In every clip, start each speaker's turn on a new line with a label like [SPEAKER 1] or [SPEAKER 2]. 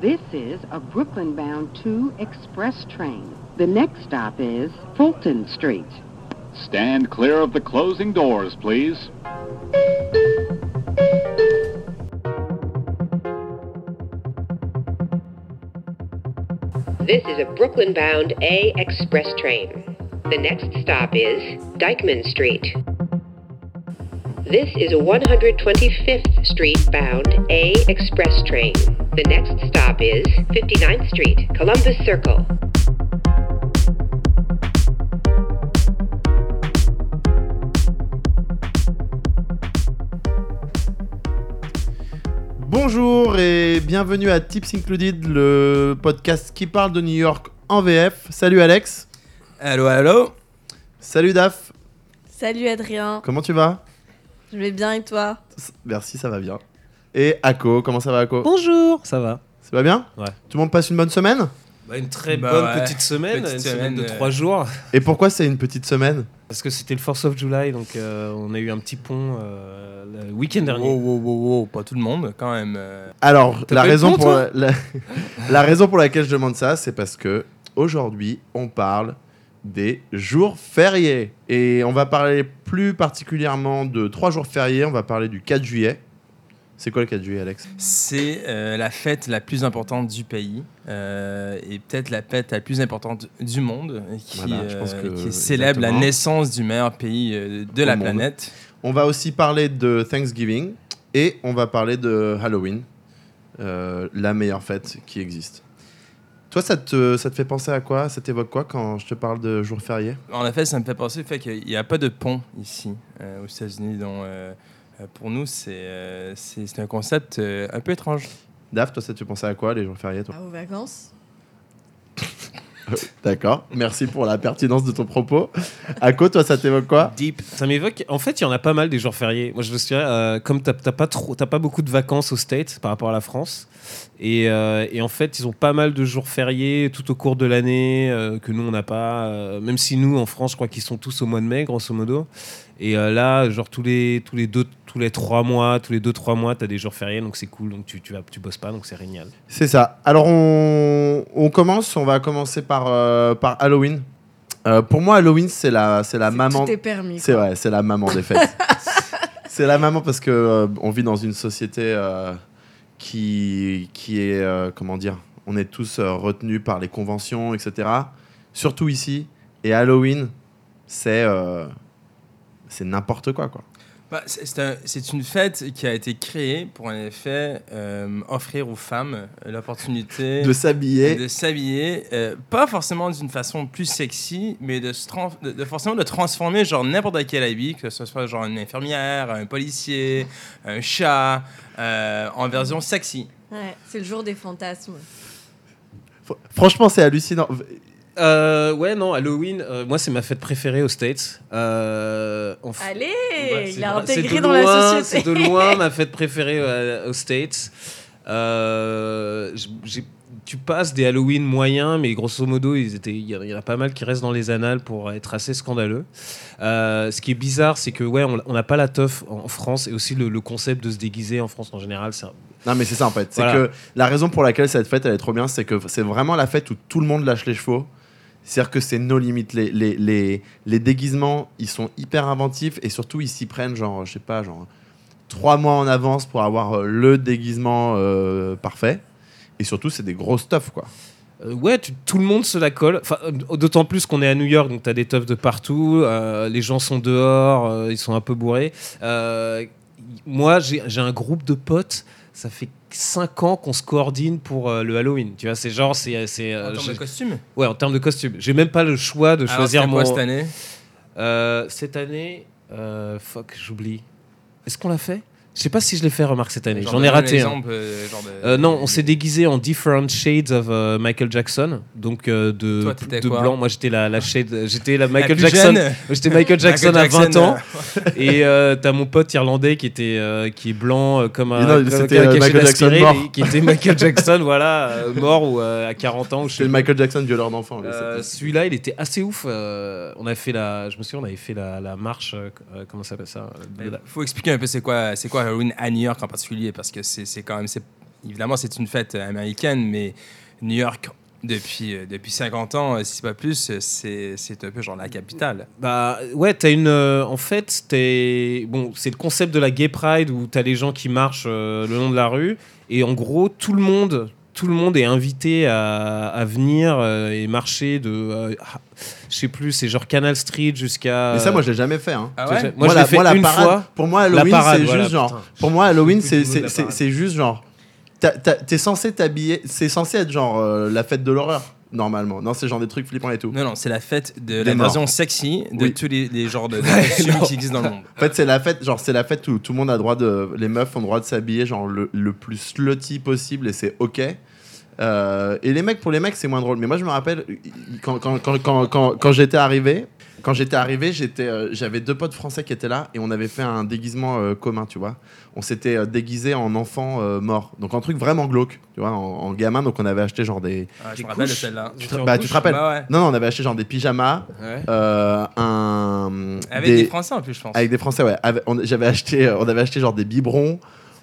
[SPEAKER 1] This is a Brooklyn-bound 2 express train. The next stop is Fulton Street.
[SPEAKER 2] Stand clear of the closing doors, please.
[SPEAKER 3] This is a Brooklyn bound A express train. The next stop is Dyckman Street. This is a 125th Street bound A express train. The next stop is 59th Street, Columbus Circle.
[SPEAKER 4] Bonjour et bienvenue à Tips Included, le podcast qui parle de New York en VF. Salut Alex.
[SPEAKER 5] Allô, allô
[SPEAKER 4] Salut Daf.
[SPEAKER 6] Salut Adrien,
[SPEAKER 4] Comment tu vas
[SPEAKER 6] je vais bien et toi
[SPEAKER 4] S- Merci, ça va bien. Et Ako, comment ça va Ako
[SPEAKER 7] Bonjour, ça va
[SPEAKER 4] Ça va bien
[SPEAKER 7] Ouais.
[SPEAKER 4] Tout le monde passe une bonne semaine
[SPEAKER 5] bah, Une très
[SPEAKER 7] Très
[SPEAKER 5] bonne
[SPEAKER 7] bonne
[SPEAKER 5] petite
[SPEAKER 7] petite semaine,
[SPEAKER 5] Petite
[SPEAKER 7] une
[SPEAKER 5] semaine
[SPEAKER 7] semaine, de
[SPEAKER 5] euh,
[SPEAKER 7] trois jours.
[SPEAKER 4] Et pourquoi c'est une petite semaine
[SPEAKER 7] Parce que c'était le 4th of July, donc euh, on a eu un petit pont euh, le week-end dernier.
[SPEAKER 5] Wow, wow, wow, wow, pas tout le monde quand même. euh.
[SPEAKER 4] Alors,
[SPEAKER 7] T'as
[SPEAKER 4] la
[SPEAKER 7] pas eu de
[SPEAKER 4] raison,
[SPEAKER 7] pont,
[SPEAKER 4] pour
[SPEAKER 7] toi
[SPEAKER 4] la, la raison pour laquelle je demande ça, c'est parce que aujourd'hui, on parle des jours fériés. Et on va parler plus particulièrement de trois jours fériés. On va parler du 4 juillet. C'est quoi le 4 juillet, Alex
[SPEAKER 8] C'est euh, la fête la plus importante du pays euh, et peut-être la fête la plus importante du monde et qui,
[SPEAKER 4] Voilà, je pense que-
[SPEAKER 8] euh, qui célèbre la
[SPEAKER 4] exactement.
[SPEAKER 8] naissance du meilleur pays euh, de
[SPEAKER 4] Au
[SPEAKER 8] la
[SPEAKER 4] monde.
[SPEAKER 8] planète.
[SPEAKER 4] On va aussi parler de Thanksgiving et on va parler de Halloween, euh, la meilleure fête qui existe. Toi, ça te, ça te fait penser à quoi Ça t'évoque quoi quand je te parle de jours fériés
[SPEAKER 8] En effet, ça me fait penser au fait qu'il n'y a pas de pont ici euh, aux États-Unis. Donc, euh, euh, pour nous, c'est euh, c'est c'est un concept euh, un peu étrange.
[SPEAKER 4] Daf, toi, ça te fait penser à quoi les jours fériés toi
[SPEAKER 6] Aux vacances
[SPEAKER 4] D'accord, merci pour la pertinence de ton propos. Ako, toi, ça t'évoque quoi
[SPEAKER 7] Deep. Ça m'évoque. En fait, il y en a pas mal des jours fériés. Moi, je me souviens, euh, comme t'as t'as pas trop, t'as pas beaucoup de vacances aux States par rapport à la France, et, euh, et en fait, ils ont pas mal de jours fériés tout au cours de l'année euh, que nous on n'a pas. euh, même si nous en France, je crois qu'ils sont tous au mois de mai, grosso modo. Et euh, là, genre tous les tous les deux tous les trois mois, tous les deux trois mois, t'as des jours fériés, donc c'est cool. Donc tu tu vas tu bosses pas, donc c'est génial.
[SPEAKER 4] C'est ça. Alors, on, on commence, on va commencer par, euh, par Halloween. Euh, pour moi, Halloween, c'est la, c'est la Ah, maman.
[SPEAKER 6] Tout est permis.
[SPEAKER 4] C'est vrai, c'est la maman des fêtes. c'est la maman parce que euh, on vit dans une société euh, qui, qui est euh, comment dire, on est tous euh, retenus par les conventions, etc. Surtout ici. Et Halloween, c'est euh, c'est n'importe quoi, quoi.
[SPEAKER 8] Bah, c'est- c'est un- c'est une fête qui a été créée pour, en effet, euh, offrir aux femmes euh, l'opportunité
[SPEAKER 4] De s'habiller.
[SPEAKER 8] de s'habiller, euh, pas forcément d'une façon plus sexy, mais de, se tran- de, de forcément de transformer genre n'importe quel habit, que ce soit genre une infirmière, un policier, un chat, euh, en version sexy.
[SPEAKER 6] Ouais, c'est le jour des fantasmes.
[SPEAKER 4] Fr- Franchement, c'est hallucinant.
[SPEAKER 7] Euh, ouais, non, Halloween, euh, moi c'est ma fête préférée aux States. Euh, en
[SPEAKER 4] Bah,
[SPEAKER 7] f-
[SPEAKER 6] Allez,
[SPEAKER 7] Ouais, c'est
[SPEAKER 6] il a
[SPEAKER 7] vrai- c'est
[SPEAKER 6] intégré
[SPEAKER 7] de
[SPEAKER 6] dans
[SPEAKER 7] loin-
[SPEAKER 6] la
[SPEAKER 7] C'est
[SPEAKER 6] société.
[SPEAKER 7] de loin ma fête préférée euh, aux States. Euh, j- j'ai- tu passes des Halloween moyens, mais grosso modo, ils étaient- il y, en a- il y en a pas mal qui restent dans les annales pour être assez scandaleux. Euh, ce qui est bizarre, c'est que ouais, on on n'a pas la teuf en France et aussi le, le concept de se déguiser en France en général. c'est un-
[SPEAKER 4] Non, mais c'est ça en fait. C'est
[SPEAKER 7] Voilà.
[SPEAKER 4] que la raison pour laquelle cette fête elle est trop bien, c'est que c'est vraiment la fête où tout le monde lâche les chevaux. C'est-à-dire que c'est nos limites. Les, les, les, les déguisements, ils sont hyper inventifs et surtout ils s'y prennent, genre, je sais pas, genre trois mois en avance pour avoir euh, le déguisement euh, parfait. Et surtout, c'est des gros stuff quoi.
[SPEAKER 7] Euh, ouais, tu- tout le monde se la colle. Enfin, euh, D'autant plus qu'on est à New York, donc t'as des teufs de partout. euh, les gens sont dehors, euh, ils sont un peu bourrés. Euh, y- moi, j'ai j'ai un groupe de potes. Ça fait 5 ans qu'on se coordine pour euh, le Halloween. Tu vois, c'est genre, c'est. c'est, euh,
[SPEAKER 8] en termes
[SPEAKER 7] j'ai-
[SPEAKER 8] de costume
[SPEAKER 7] ouais, en termes de costume. J'ai même pas le choix de
[SPEAKER 8] Alors,
[SPEAKER 7] choisir
[SPEAKER 8] c'est
[SPEAKER 7] mon.
[SPEAKER 8] quoi cette année
[SPEAKER 7] Euh, cette année, euh, fuck, j'oublie. Est-ce qu'on l'a fait Je sais pas si je l'ai fait, remarque, cette année.
[SPEAKER 8] Genre,
[SPEAKER 7] J'en ai
[SPEAKER 8] donne-nous
[SPEAKER 7] raté. un.
[SPEAKER 8] l'exemple, euh, genre de-
[SPEAKER 7] Euh, non, on s'est déguisé en Different Shades of euh, Michael Jackson, donc euh, de,
[SPEAKER 8] Toi, t'étais
[SPEAKER 7] de
[SPEAKER 8] quoi
[SPEAKER 7] blanc. Moi, j'étais la, la shade, j'étais la
[SPEAKER 8] La
[SPEAKER 7] Michael
[SPEAKER 8] plus
[SPEAKER 7] Jackson.
[SPEAKER 8] jeune,
[SPEAKER 7] J'étais Michael Jackson
[SPEAKER 8] Michael
[SPEAKER 7] à 20
[SPEAKER 8] Jackson,
[SPEAKER 7] ans. Et euh, t'as mon pote irlandais qui était euh, qui est blanc euh, comme un
[SPEAKER 4] Mais non,
[SPEAKER 7] comme-
[SPEAKER 4] c'était,
[SPEAKER 7] comme un
[SPEAKER 4] euh,
[SPEAKER 7] cachet
[SPEAKER 4] Michael Jackson
[SPEAKER 7] d'aspirine,
[SPEAKER 4] mort.
[SPEAKER 7] et qui était Michael Jackson, voilà, euh, mort ou euh, à 40 ans ou je
[SPEAKER 4] C'est
[SPEAKER 7] sais
[SPEAKER 4] le
[SPEAKER 7] pas.
[SPEAKER 4] Michael Jackson violeur d'enfant. lui,
[SPEAKER 7] Euh,
[SPEAKER 4] c'est-
[SPEAKER 7] Celui-là, il était assez ouf. euh, on a fait la, je me souviens, on avait fait la, la marche. euh, euh, comment ça s'appelle ça
[SPEAKER 8] Ben, euh, faut expliquer un peu c'est quoi, c'est quoi Halloween à New York en particulier, parce que c'est c'est quand même... c'est- évidemment, c'est une fête euh, américaine, mais New York, depuis, euh, depuis 50 ans, euh, si c'est pas plus, euh, c'est c'est un peu genre la capitale.
[SPEAKER 7] Bah ouais, t'as une. euh, en fait, t'es. Bon, c'est le concept de la gay pride où t'as les gens qui marchent euh, le long de la rue et en gros tout le monde, tout le monde est invité à, à venir euh, et marcher de. euh, ah, je sais plus, c'est genre Canal Street jusqu'à.
[SPEAKER 4] Mais ça, moi, je l'ai jamais fait. hein.
[SPEAKER 8] Ah
[SPEAKER 7] Tu
[SPEAKER 8] ouais?
[SPEAKER 7] sais, moi, je l'ai
[SPEAKER 4] la-
[SPEAKER 7] fait
[SPEAKER 4] la
[SPEAKER 7] une
[SPEAKER 4] parade-
[SPEAKER 7] fois.
[SPEAKER 4] Pour moi, Halloween,
[SPEAKER 7] parade,
[SPEAKER 4] c'est
[SPEAKER 7] voilà,
[SPEAKER 4] juste genre.
[SPEAKER 7] putain.
[SPEAKER 4] Pour moi, Halloween, c'est
[SPEAKER 7] plus le mot
[SPEAKER 4] c'est-
[SPEAKER 7] de la
[SPEAKER 4] c'est-
[SPEAKER 7] parade.
[SPEAKER 4] c'est juste genre. t'as- t'as- T'es censé t'habiller. C'est censé être genre euh, la fête de l'horreur, normalement. Non, c'est genre des trucs flippants et tout.
[SPEAKER 8] Non, non, c'est la fête de
[SPEAKER 4] Des
[SPEAKER 8] la
[SPEAKER 4] morts.
[SPEAKER 8] version sexy de
[SPEAKER 4] Oui.
[SPEAKER 8] tous les, les genres de de costumes qui existent dans le monde.
[SPEAKER 4] En fait, c'est la fête. Genre, c'est la fête où tout le monde a droit de. Les meufs ont droit de s'habiller genre le, le plus slutty possible et c'est ok. Euh, et les mecs, pour les mecs, c'est moins drôle. Mais moi, je me rappelle quand, quand, quand, quand, quand, quand j'étais arrivé. Quand j'étais arrivé, j'étais, euh, j'avais deux potes français qui étaient là et on avait fait un déguisement euh, commun, tu vois. On s'était euh, déguisé en enfant euh, mort, donc un truc vraiment glauque, tu vois, en, en gamin. Donc on avait acheté genre des,
[SPEAKER 8] Ah, je
[SPEAKER 7] Des
[SPEAKER 8] me rappelle de
[SPEAKER 7] couches.
[SPEAKER 8] celle-là.
[SPEAKER 4] tu te, bah, tu te rappelles
[SPEAKER 8] Bah ouais.
[SPEAKER 4] Non, non, on avait acheté genre des pyjamas, euh, un
[SPEAKER 8] Avec des... Français en plus, je pense.
[SPEAKER 4] avec des Français, ouais. Avec- on, j'avais acheté, euh, on avait acheté genre des biberons,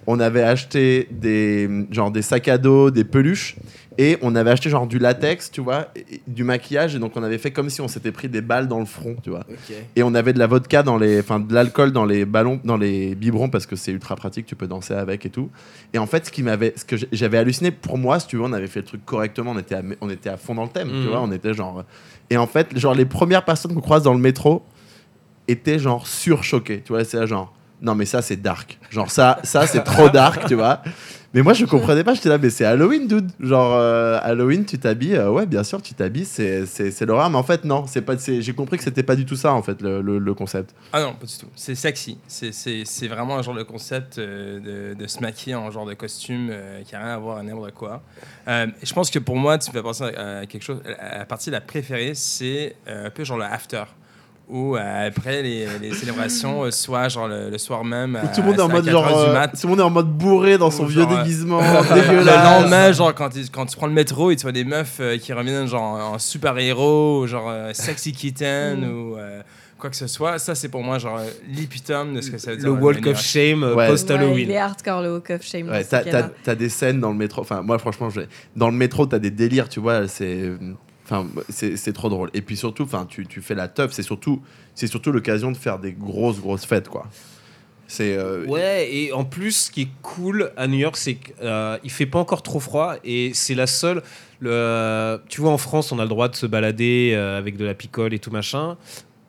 [SPEAKER 4] on avait acheté des, mm, genre des sacs à dos, des peluches, et on avait acheté genre du latex, tu vois, et- et du maquillage, et donc on avait fait comme si on s'était pris des balles dans le front, tu vois. Et on avait de la vodka dans les, enfin de l'alcool dans les ballons, dans les biberons parce que c'est ultra pratique, tu peux danser avec et tout. Et en fait, ce qui m'avait, ce que j'- j'avais halluciné pour moi, si tu veux, on avait fait le truc correctement, on était à, on était à fond dans le thème, tu
[SPEAKER 7] Mhm.
[SPEAKER 4] vois, on était genre. Et en fait, genre les premières personnes qu'on croise dans le métro étaient genre surchoquées, tu vois, c'est là, genre. Non mais ça c'est dark, genre ça, ça c'est trop dark, tu vois. Mais moi je comprenais pas, j'étais là mais c'est Halloween dude, genre euh, Halloween tu t'habilles, euh, ouais bien sûr tu t'habilles, c'est c'est c'est l'horreur, mais en fait non, c'est pas, c'est- j'ai compris que c'était pas du tout ça en fait le- le- le concept.
[SPEAKER 8] Ah non, pas du tout. C'est sexy. C'est- C'est c'est vraiment un genre de concept euh, de, de se maquiller en genre de costume euh, qui n'a rien à voir à n'importe quoi. Euh, je pense que pour moi, tu me fais penser à, à quelque chose. à La partie la préférée, c'est euh, un peu genre le after. Ou après les, les célébrations, euh, soit genre le, le soir même.
[SPEAKER 4] Où
[SPEAKER 8] à-
[SPEAKER 4] tout le monde est en
[SPEAKER 8] Ah, à
[SPEAKER 4] mode
[SPEAKER 8] 4
[SPEAKER 4] genre,
[SPEAKER 8] heures du
[SPEAKER 4] euh,
[SPEAKER 8] mat.
[SPEAKER 4] tout le monde est en mode bourré dans son
[SPEAKER 8] Ou
[SPEAKER 4] vieux
[SPEAKER 8] genre, euh,
[SPEAKER 4] déguisement
[SPEAKER 8] Le
[SPEAKER 4] dégueulasse.
[SPEAKER 8] lendemain, genre, quand, tu- quand tu prends le métro et tu vois des meufs euh, qui reviennent genre en super-héros, ou genre euh, sexy kitten
[SPEAKER 6] Mm.
[SPEAKER 8] ou euh, quoi que ce soit, ça c'est pour moi genre euh, l'épitome de ce que ça veut dire.
[SPEAKER 7] Le
[SPEAKER 8] euh,
[SPEAKER 7] Walk
[SPEAKER 8] manière.
[SPEAKER 7] of Shame euh,
[SPEAKER 4] Ouais.
[SPEAKER 6] Ouais, il est
[SPEAKER 7] post-Halloween.
[SPEAKER 6] hardcore le Walk of Shame.
[SPEAKER 4] Ouais,
[SPEAKER 6] dans
[SPEAKER 4] t'as, t'as-
[SPEAKER 6] ces cas-là.
[SPEAKER 4] t'as des scènes dans le métro. Enfin, moi, franchement, j'ai- dans le métro, t'as des délires, tu vois. C'est, enfin, c'est, c'est trop drôle. Et puis surtout, enfin, tu, tu fais la teuf. C'est surtout, c'est surtout l'occasion de faire des grosses, grosses fêtes, quoi. C'est. euh,
[SPEAKER 7] Ouais, et en plus, ce qui est cool à New York, c'est qu'il fait pas encore trop froid et c'est la seule. Le, tu vois, en France, on a le droit de se balader euh, avec de la picole et tout machin.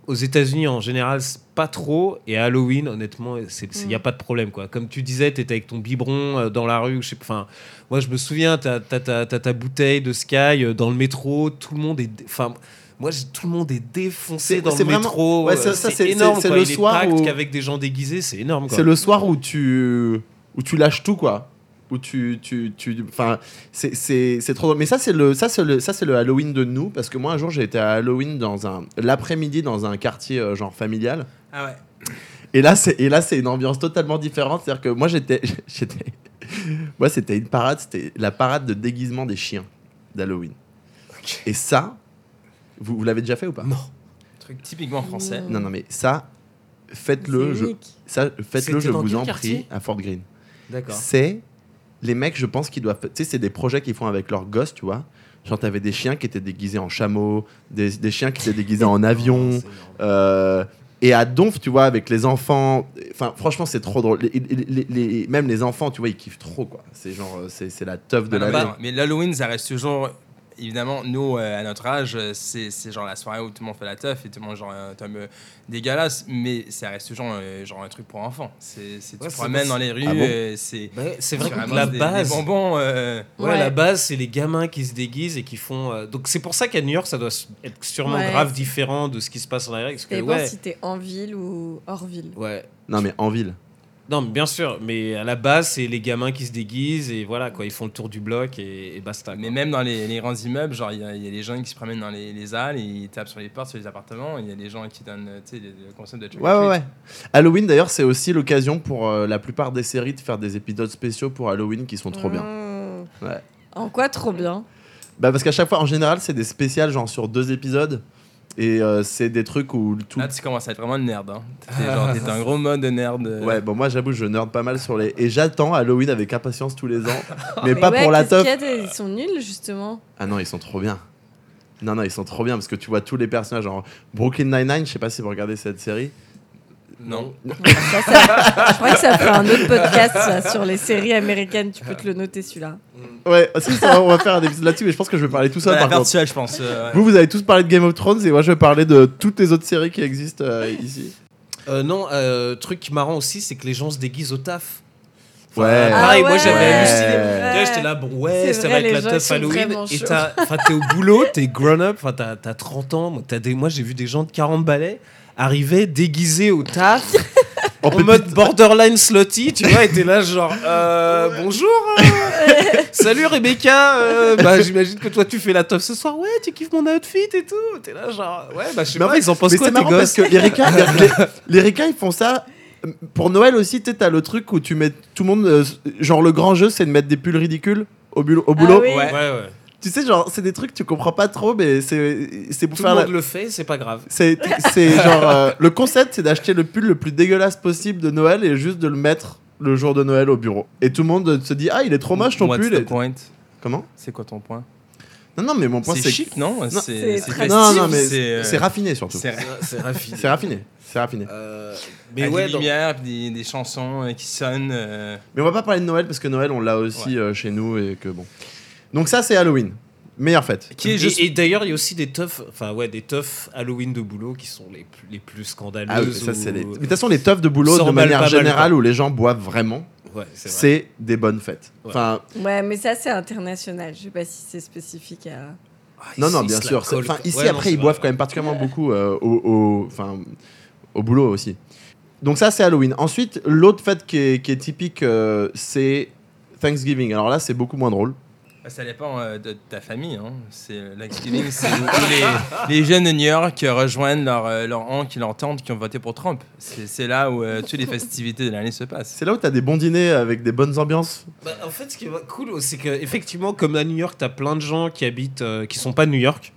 [SPEAKER 7] Aux États-Unis, en général, c'est pas trop. Et à Halloween, honnêtement, il n'y a pas de problème. quoi. Comme tu disais, tu avec ton biberon euh, dans la rue. ou Je sais, pas. enfin, moi, je me souviens, tu as, ta bouteille de Sky euh, dans le métro. Tout le monde est. dé- Enfin, moi, j'ai- tout le monde est défoncé
[SPEAKER 4] C'est-
[SPEAKER 7] dans le
[SPEAKER 4] c'est vraiment-
[SPEAKER 7] métro.
[SPEAKER 4] ouais,
[SPEAKER 7] euh,
[SPEAKER 4] ça- ça, c'est-
[SPEAKER 7] c'est énorme.
[SPEAKER 4] c'est- c'est
[SPEAKER 7] quoi.
[SPEAKER 4] le
[SPEAKER 7] Il est
[SPEAKER 4] soir
[SPEAKER 7] packed
[SPEAKER 4] où-
[SPEAKER 7] qu'avec des gens déguisés, c'est énorme. quoi.
[SPEAKER 4] C'est le soir où tu où tu lâches tout quoi. Où tu tu tu enfin c'est c'est c'est trop drôle. mais ça c'est le ça c'est le ça c'est le Halloween de nous parce que moi un jour j'ai été à Halloween dans un l'après-midi dans un quartier euh, genre familial.
[SPEAKER 8] Ah ouais.
[SPEAKER 4] Et là c'est et là c'est une ambiance totalement différente, c'est-à-dire que moi j'étais j'étais moi c'était une parade, c'était la parade de déguisement des chiens d'Halloween. Et ça vous, vous l'avez déjà fait ou pas
[SPEAKER 7] Non.
[SPEAKER 8] truc typiquement français.
[SPEAKER 7] Mm.
[SPEAKER 4] Non non mais ça faites-le,
[SPEAKER 6] C'est
[SPEAKER 4] je
[SPEAKER 6] unique.
[SPEAKER 4] ça faites-le,
[SPEAKER 7] C'était
[SPEAKER 4] je
[SPEAKER 7] dans
[SPEAKER 4] vous
[SPEAKER 7] quel
[SPEAKER 4] en prie
[SPEAKER 7] quartier
[SPEAKER 4] à Fort Greene.
[SPEAKER 7] D'accord.
[SPEAKER 4] c'est les mecs, je pense qu'ils doivent. Tu sais, c'est des projets qu'ils font avec leurs gosses, tu vois. Genre, t'avais des chiens qui étaient déguisés en chameau, des, des chiens qui étaient déguisés en avion. euh, et à Donf, tu vois, avec les enfants. Enfin, franchement, c'est trop drôle. Les- les- les- les- même les enfants, tu vois, ils kiffent trop, quoi. C'est genre, euh, c'est c'est la teuf de
[SPEAKER 8] Ah
[SPEAKER 4] la
[SPEAKER 8] non, mais
[SPEAKER 4] l'année.
[SPEAKER 8] non, mais l'Halloween, ça reste toujours. Évidemment, nous, euh, à notre âge, euh, c'est c'est genre la soirée où tout le monde fait la teuf et tout le monde genre un un peu dégueulasse, mais ça reste toujours euh, genre un truc pour enfants. C'est c'est- tu
[SPEAKER 7] Ouais,
[SPEAKER 8] te
[SPEAKER 7] c'est-
[SPEAKER 8] promènes dans les rues,
[SPEAKER 4] Ah bon
[SPEAKER 8] euh, c'est
[SPEAKER 7] c'est
[SPEAKER 8] tu
[SPEAKER 7] vrai que
[SPEAKER 8] ramasses
[SPEAKER 7] la
[SPEAKER 8] des- des
[SPEAKER 7] base.
[SPEAKER 8] bonbons. euh,
[SPEAKER 7] Ouais,
[SPEAKER 6] Ouais.
[SPEAKER 7] la base, c'est les gamins qui se déguisent et qui font. euh, Donc c'est pour ça qu'à New York, ça doit s- être sûrement
[SPEAKER 6] Ouais.
[SPEAKER 7] grave différent de ce qui se passe en Amérique. Parce
[SPEAKER 6] Ça
[SPEAKER 7] que,
[SPEAKER 6] dépend
[SPEAKER 7] ouais,
[SPEAKER 6] si t'es en ville ou hors ville.
[SPEAKER 7] ouais.
[SPEAKER 4] Non, mais en ville.
[SPEAKER 7] Non, mais bien sûr, mais à la base, c'est les gamins qui se déguisent et voilà, quoi, ils font le tour du bloc et, et basta.
[SPEAKER 8] Mais
[SPEAKER 7] quoi.
[SPEAKER 8] même dans les, les grands immeubles, genre il y, a il y a des jeunes qui se promènent dans les, les halles, ils tapent sur les portes, sur les appartements, il y a des gens qui donnent euh, tu sais, le le concept de trick or
[SPEAKER 4] Ouais, ouais,
[SPEAKER 8] treat.
[SPEAKER 4] ouais. Halloween, d'ailleurs, c'est aussi l'occasion pour euh, la plupart des séries de faire des épisodes spéciaux pour Halloween qui sont trop bien.
[SPEAKER 6] Mmh.
[SPEAKER 4] Ouais.
[SPEAKER 6] En quoi trop bien
[SPEAKER 4] Bah parce qu'à chaque fois, en général, c'est des spéciales genre sur deux épisodes. Et euh, c'est des trucs où tout.
[SPEAKER 7] Ah,
[SPEAKER 8] Là, tu commences à être vraiment nerd. Hein. T'es genre, t'es un gros mode de nerd. euh,
[SPEAKER 4] Ouais, bon, moi j'avoue, je nerd pas mal sur les. Et j'attends Halloween avec impatience tous les ans, mais
[SPEAKER 6] Mais
[SPEAKER 4] pas
[SPEAKER 6] ouais,
[SPEAKER 4] pour la
[SPEAKER 6] qu'est-ce
[SPEAKER 4] teuf.
[SPEAKER 6] qu'il y a de- Ils sont nuls, justement.
[SPEAKER 4] Ah non, ils sont trop bien. Non, non, ils sont trop bien parce que tu vois tous les personnages. Genre Brooklyn Nine-Nine, je sais pas si vous regardez cette série.
[SPEAKER 8] Non.
[SPEAKER 6] Ça, ça- je crois que ça fait un autre podcast ça, sur les séries américaines. Tu peux te le noter, celui-là.
[SPEAKER 4] Ouais, si, ça, on va faire un épisode là-dessus, mais je pense que je vais parler tout seul
[SPEAKER 8] la
[SPEAKER 4] par contre.
[SPEAKER 8] virtuelle, je pense. euh, ouais.
[SPEAKER 4] Vous, vous avez tous parlé de Game of Thrones et moi je vais parler de toutes les autres séries qui existent euh, ici.
[SPEAKER 7] Euh, non, euh, truc marrant aussi, c'est que les gens se déguisent au taf.
[SPEAKER 4] Ouais. Ah
[SPEAKER 7] Pareil, moi j'avais
[SPEAKER 4] ouais.
[SPEAKER 7] halluciné.
[SPEAKER 4] Ouais.
[SPEAKER 7] Tu vois, J'étais là, bon, ouais,
[SPEAKER 6] Euh, C'est
[SPEAKER 7] ça
[SPEAKER 6] vrai,
[SPEAKER 7] va être
[SPEAKER 6] les
[SPEAKER 7] la
[SPEAKER 6] gens, ils
[SPEAKER 7] teuf
[SPEAKER 6] sont
[SPEAKER 7] Halloween.
[SPEAKER 6] vraiment
[SPEAKER 7] Et
[SPEAKER 6] chauds.
[SPEAKER 7] t'as- enfin, t'es au boulot, t'es grown-up, enfin, t'as t'as 30 ans. Moi, t'as des- moi, j'ai vu des gens de 40 balais arriver déguisés au taf.
[SPEAKER 4] En
[SPEAKER 7] en
[SPEAKER 4] pépite.
[SPEAKER 7] mode borderline slotty, tu vois, et t'es là genre euh, bonjour, euh, salut Rebecca, euh, bah j'imagine que toi tu fais la teuf ce soir, ouais tu kiffes mon outfit et tout, t'es là genre ouais bah je sais
[SPEAKER 4] Mais en
[SPEAKER 7] pas,
[SPEAKER 4] fait,
[SPEAKER 7] ils en pensent
[SPEAKER 4] Mais
[SPEAKER 7] quoi
[SPEAKER 4] c'est
[SPEAKER 7] tes
[SPEAKER 4] marrant parce
[SPEAKER 7] gosses
[SPEAKER 4] que les ricains, les, les ricains, ils font ça. euh, Pour Noël aussi, tu sais, t'as le truc où tu mets tout le monde. euh, genre, le grand jeu, c'est de mettre des pulls ridicules au, bulo- au boulot.
[SPEAKER 6] Ah oui.
[SPEAKER 8] Ouais.
[SPEAKER 7] ouais.
[SPEAKER 4] Tu sais, genre, c'est des trucs que tu comprends pas trop, mais c'est c'est pour
[SPEAKER 7] Tout
[SPEAKER 4] faire.
[SPEAKER 7] le
[SPEAKER 4] la-
[SPEAKER 7] monde le fait, c'est pas grave.
[SPEAKER 4] C'est c'est genre. euh, le concept, c'est d'acheter le pull le plus dégueulasse possible de Noël et juste de le mettre le jour de Noël au bureau. Et tout le monde se dit Ah, il est trop moche ton
[SPEAKER 8] What's
[SPEAKER 4] pull.
[SPEAKER 8] the
[SPEAKER 4] Et-
[SPEAKER 8] point
[SPEAKER 4] Comment
[SPEAKER 8] C'est quoi ton point
[SPEAKER 4] Non, non, mais mon point,
[SPEAKER 8] C'est
[SPEAKER 4] c'est.
[SPEAKER 8] chic, non
[SPEAKER 6] C'est très
[SPEAKER 8] festif,
[SPEAKER 4] Non, non, mais
[SPEAKER 8] c'est, euh,
[SPEAKER 4] c'est raffiné surtout.
[SPEAKER 8] c'est-
[SPEAKER 7] C'est raffiné.
[SPEAKER 4] C'est raffiné. C'est raffiné.
[SPEAKER 7] Euh,
[SPEAKER 8] avec
[SPEAKER 7] mais ouais,
[SPEAKER 8] des
[SPEAKER 7] dans-
[SPEAKER 8] lumières, puis des, des chansons euh, qui sonnent. euh,
[SPEAKER 4] Mais on va pas parler de Noël parce que Noël on l'a aussi euh, chez nous et que bon. Donc ça c'est Halloween, meilleure fête.
[SPEAKER 8] qui est
[SPEAKER 7] et-
[SPEAKER 8] juste.
[SPEAKER 7] Et, d'ailleurs, il y a aussi des teufs, enfin ouais, des teufs Halloween de boulot qui sont les plus, les plus scandaleuses.
[SPEAKER 4] Ah oui, ça, c'est les-
[SPEAKER 7] ou-
[SPEAKER 4] Mais de toute façon les teufs de boulot
[SPEAKER 7] Ça
[SPEAKER 4] de
[SPEAKER 7] emballe
[SPEAKER 4] manière
[SPEAKER 7] pas mal,
[SPEAKER 4] générale
[SPEAKER 7] quoi.
[SPEAKER 4] où les gens boivent vraiment,
[SPEAKER 7] Ouais, c'est vrai.
[SPEAKER 4] c'est des bonnes fêtes.
[SPEAKER 7] Ouais.
[SPEAKER 4] Enfin
[SPEAKER 6] Ouais, mais ça, c'est international. Je sais pas si c'est spécifique à.
[SPEAKER 7] Ah,
[SPEAKER 4] non non
[SPEAKER 7] ici,
[SPEAKER 4] bien
[SPEAKER 7] ils se la
[SPEAKER 4] sûr. c'est-
[SPEAKER 7] collent,
[SPEAKER 4] Enfin
[SPEAKER 7] quoi.
[SPEAKER 4] ici
[SPEAKER 7] Ouais, non,
[SPEAKER 4] après
[SPEAKER 7] c'est
[SPEAKER 4] ils boivent
[SPEAKER 7] vrai.
[SPEAKER 4] quand même particulièrement beaucoup euh, au, au- enfin au boulot aussi. Donc ça c'est Halloween. Ensuite l'autre fête qui est, qui est typique euh, c'est Thanksgiving. Alors là c'est beaucoup moins drôle.
[SPEAKER 8] Ça dépend euh, de ta famille. Hein. C'est euh, Thanksgiving, c'est où où les, les jeunes de New York euh, rejoignent leur, euh, leur oncle et leur tante qui ont voté pour Trump. C'est c'est là où euh, toutes les festivités de l'année se passent.
[SPEAKER 4] C'est là où t'as des bons dîners avec des bonnes ambiances.
[SPEAKER 7] Bah, en fait, ce qui est cool, c'est qu'effectivement, comme à New York, t'as plein de gens qui habitent, euh, qui sont pas de New York.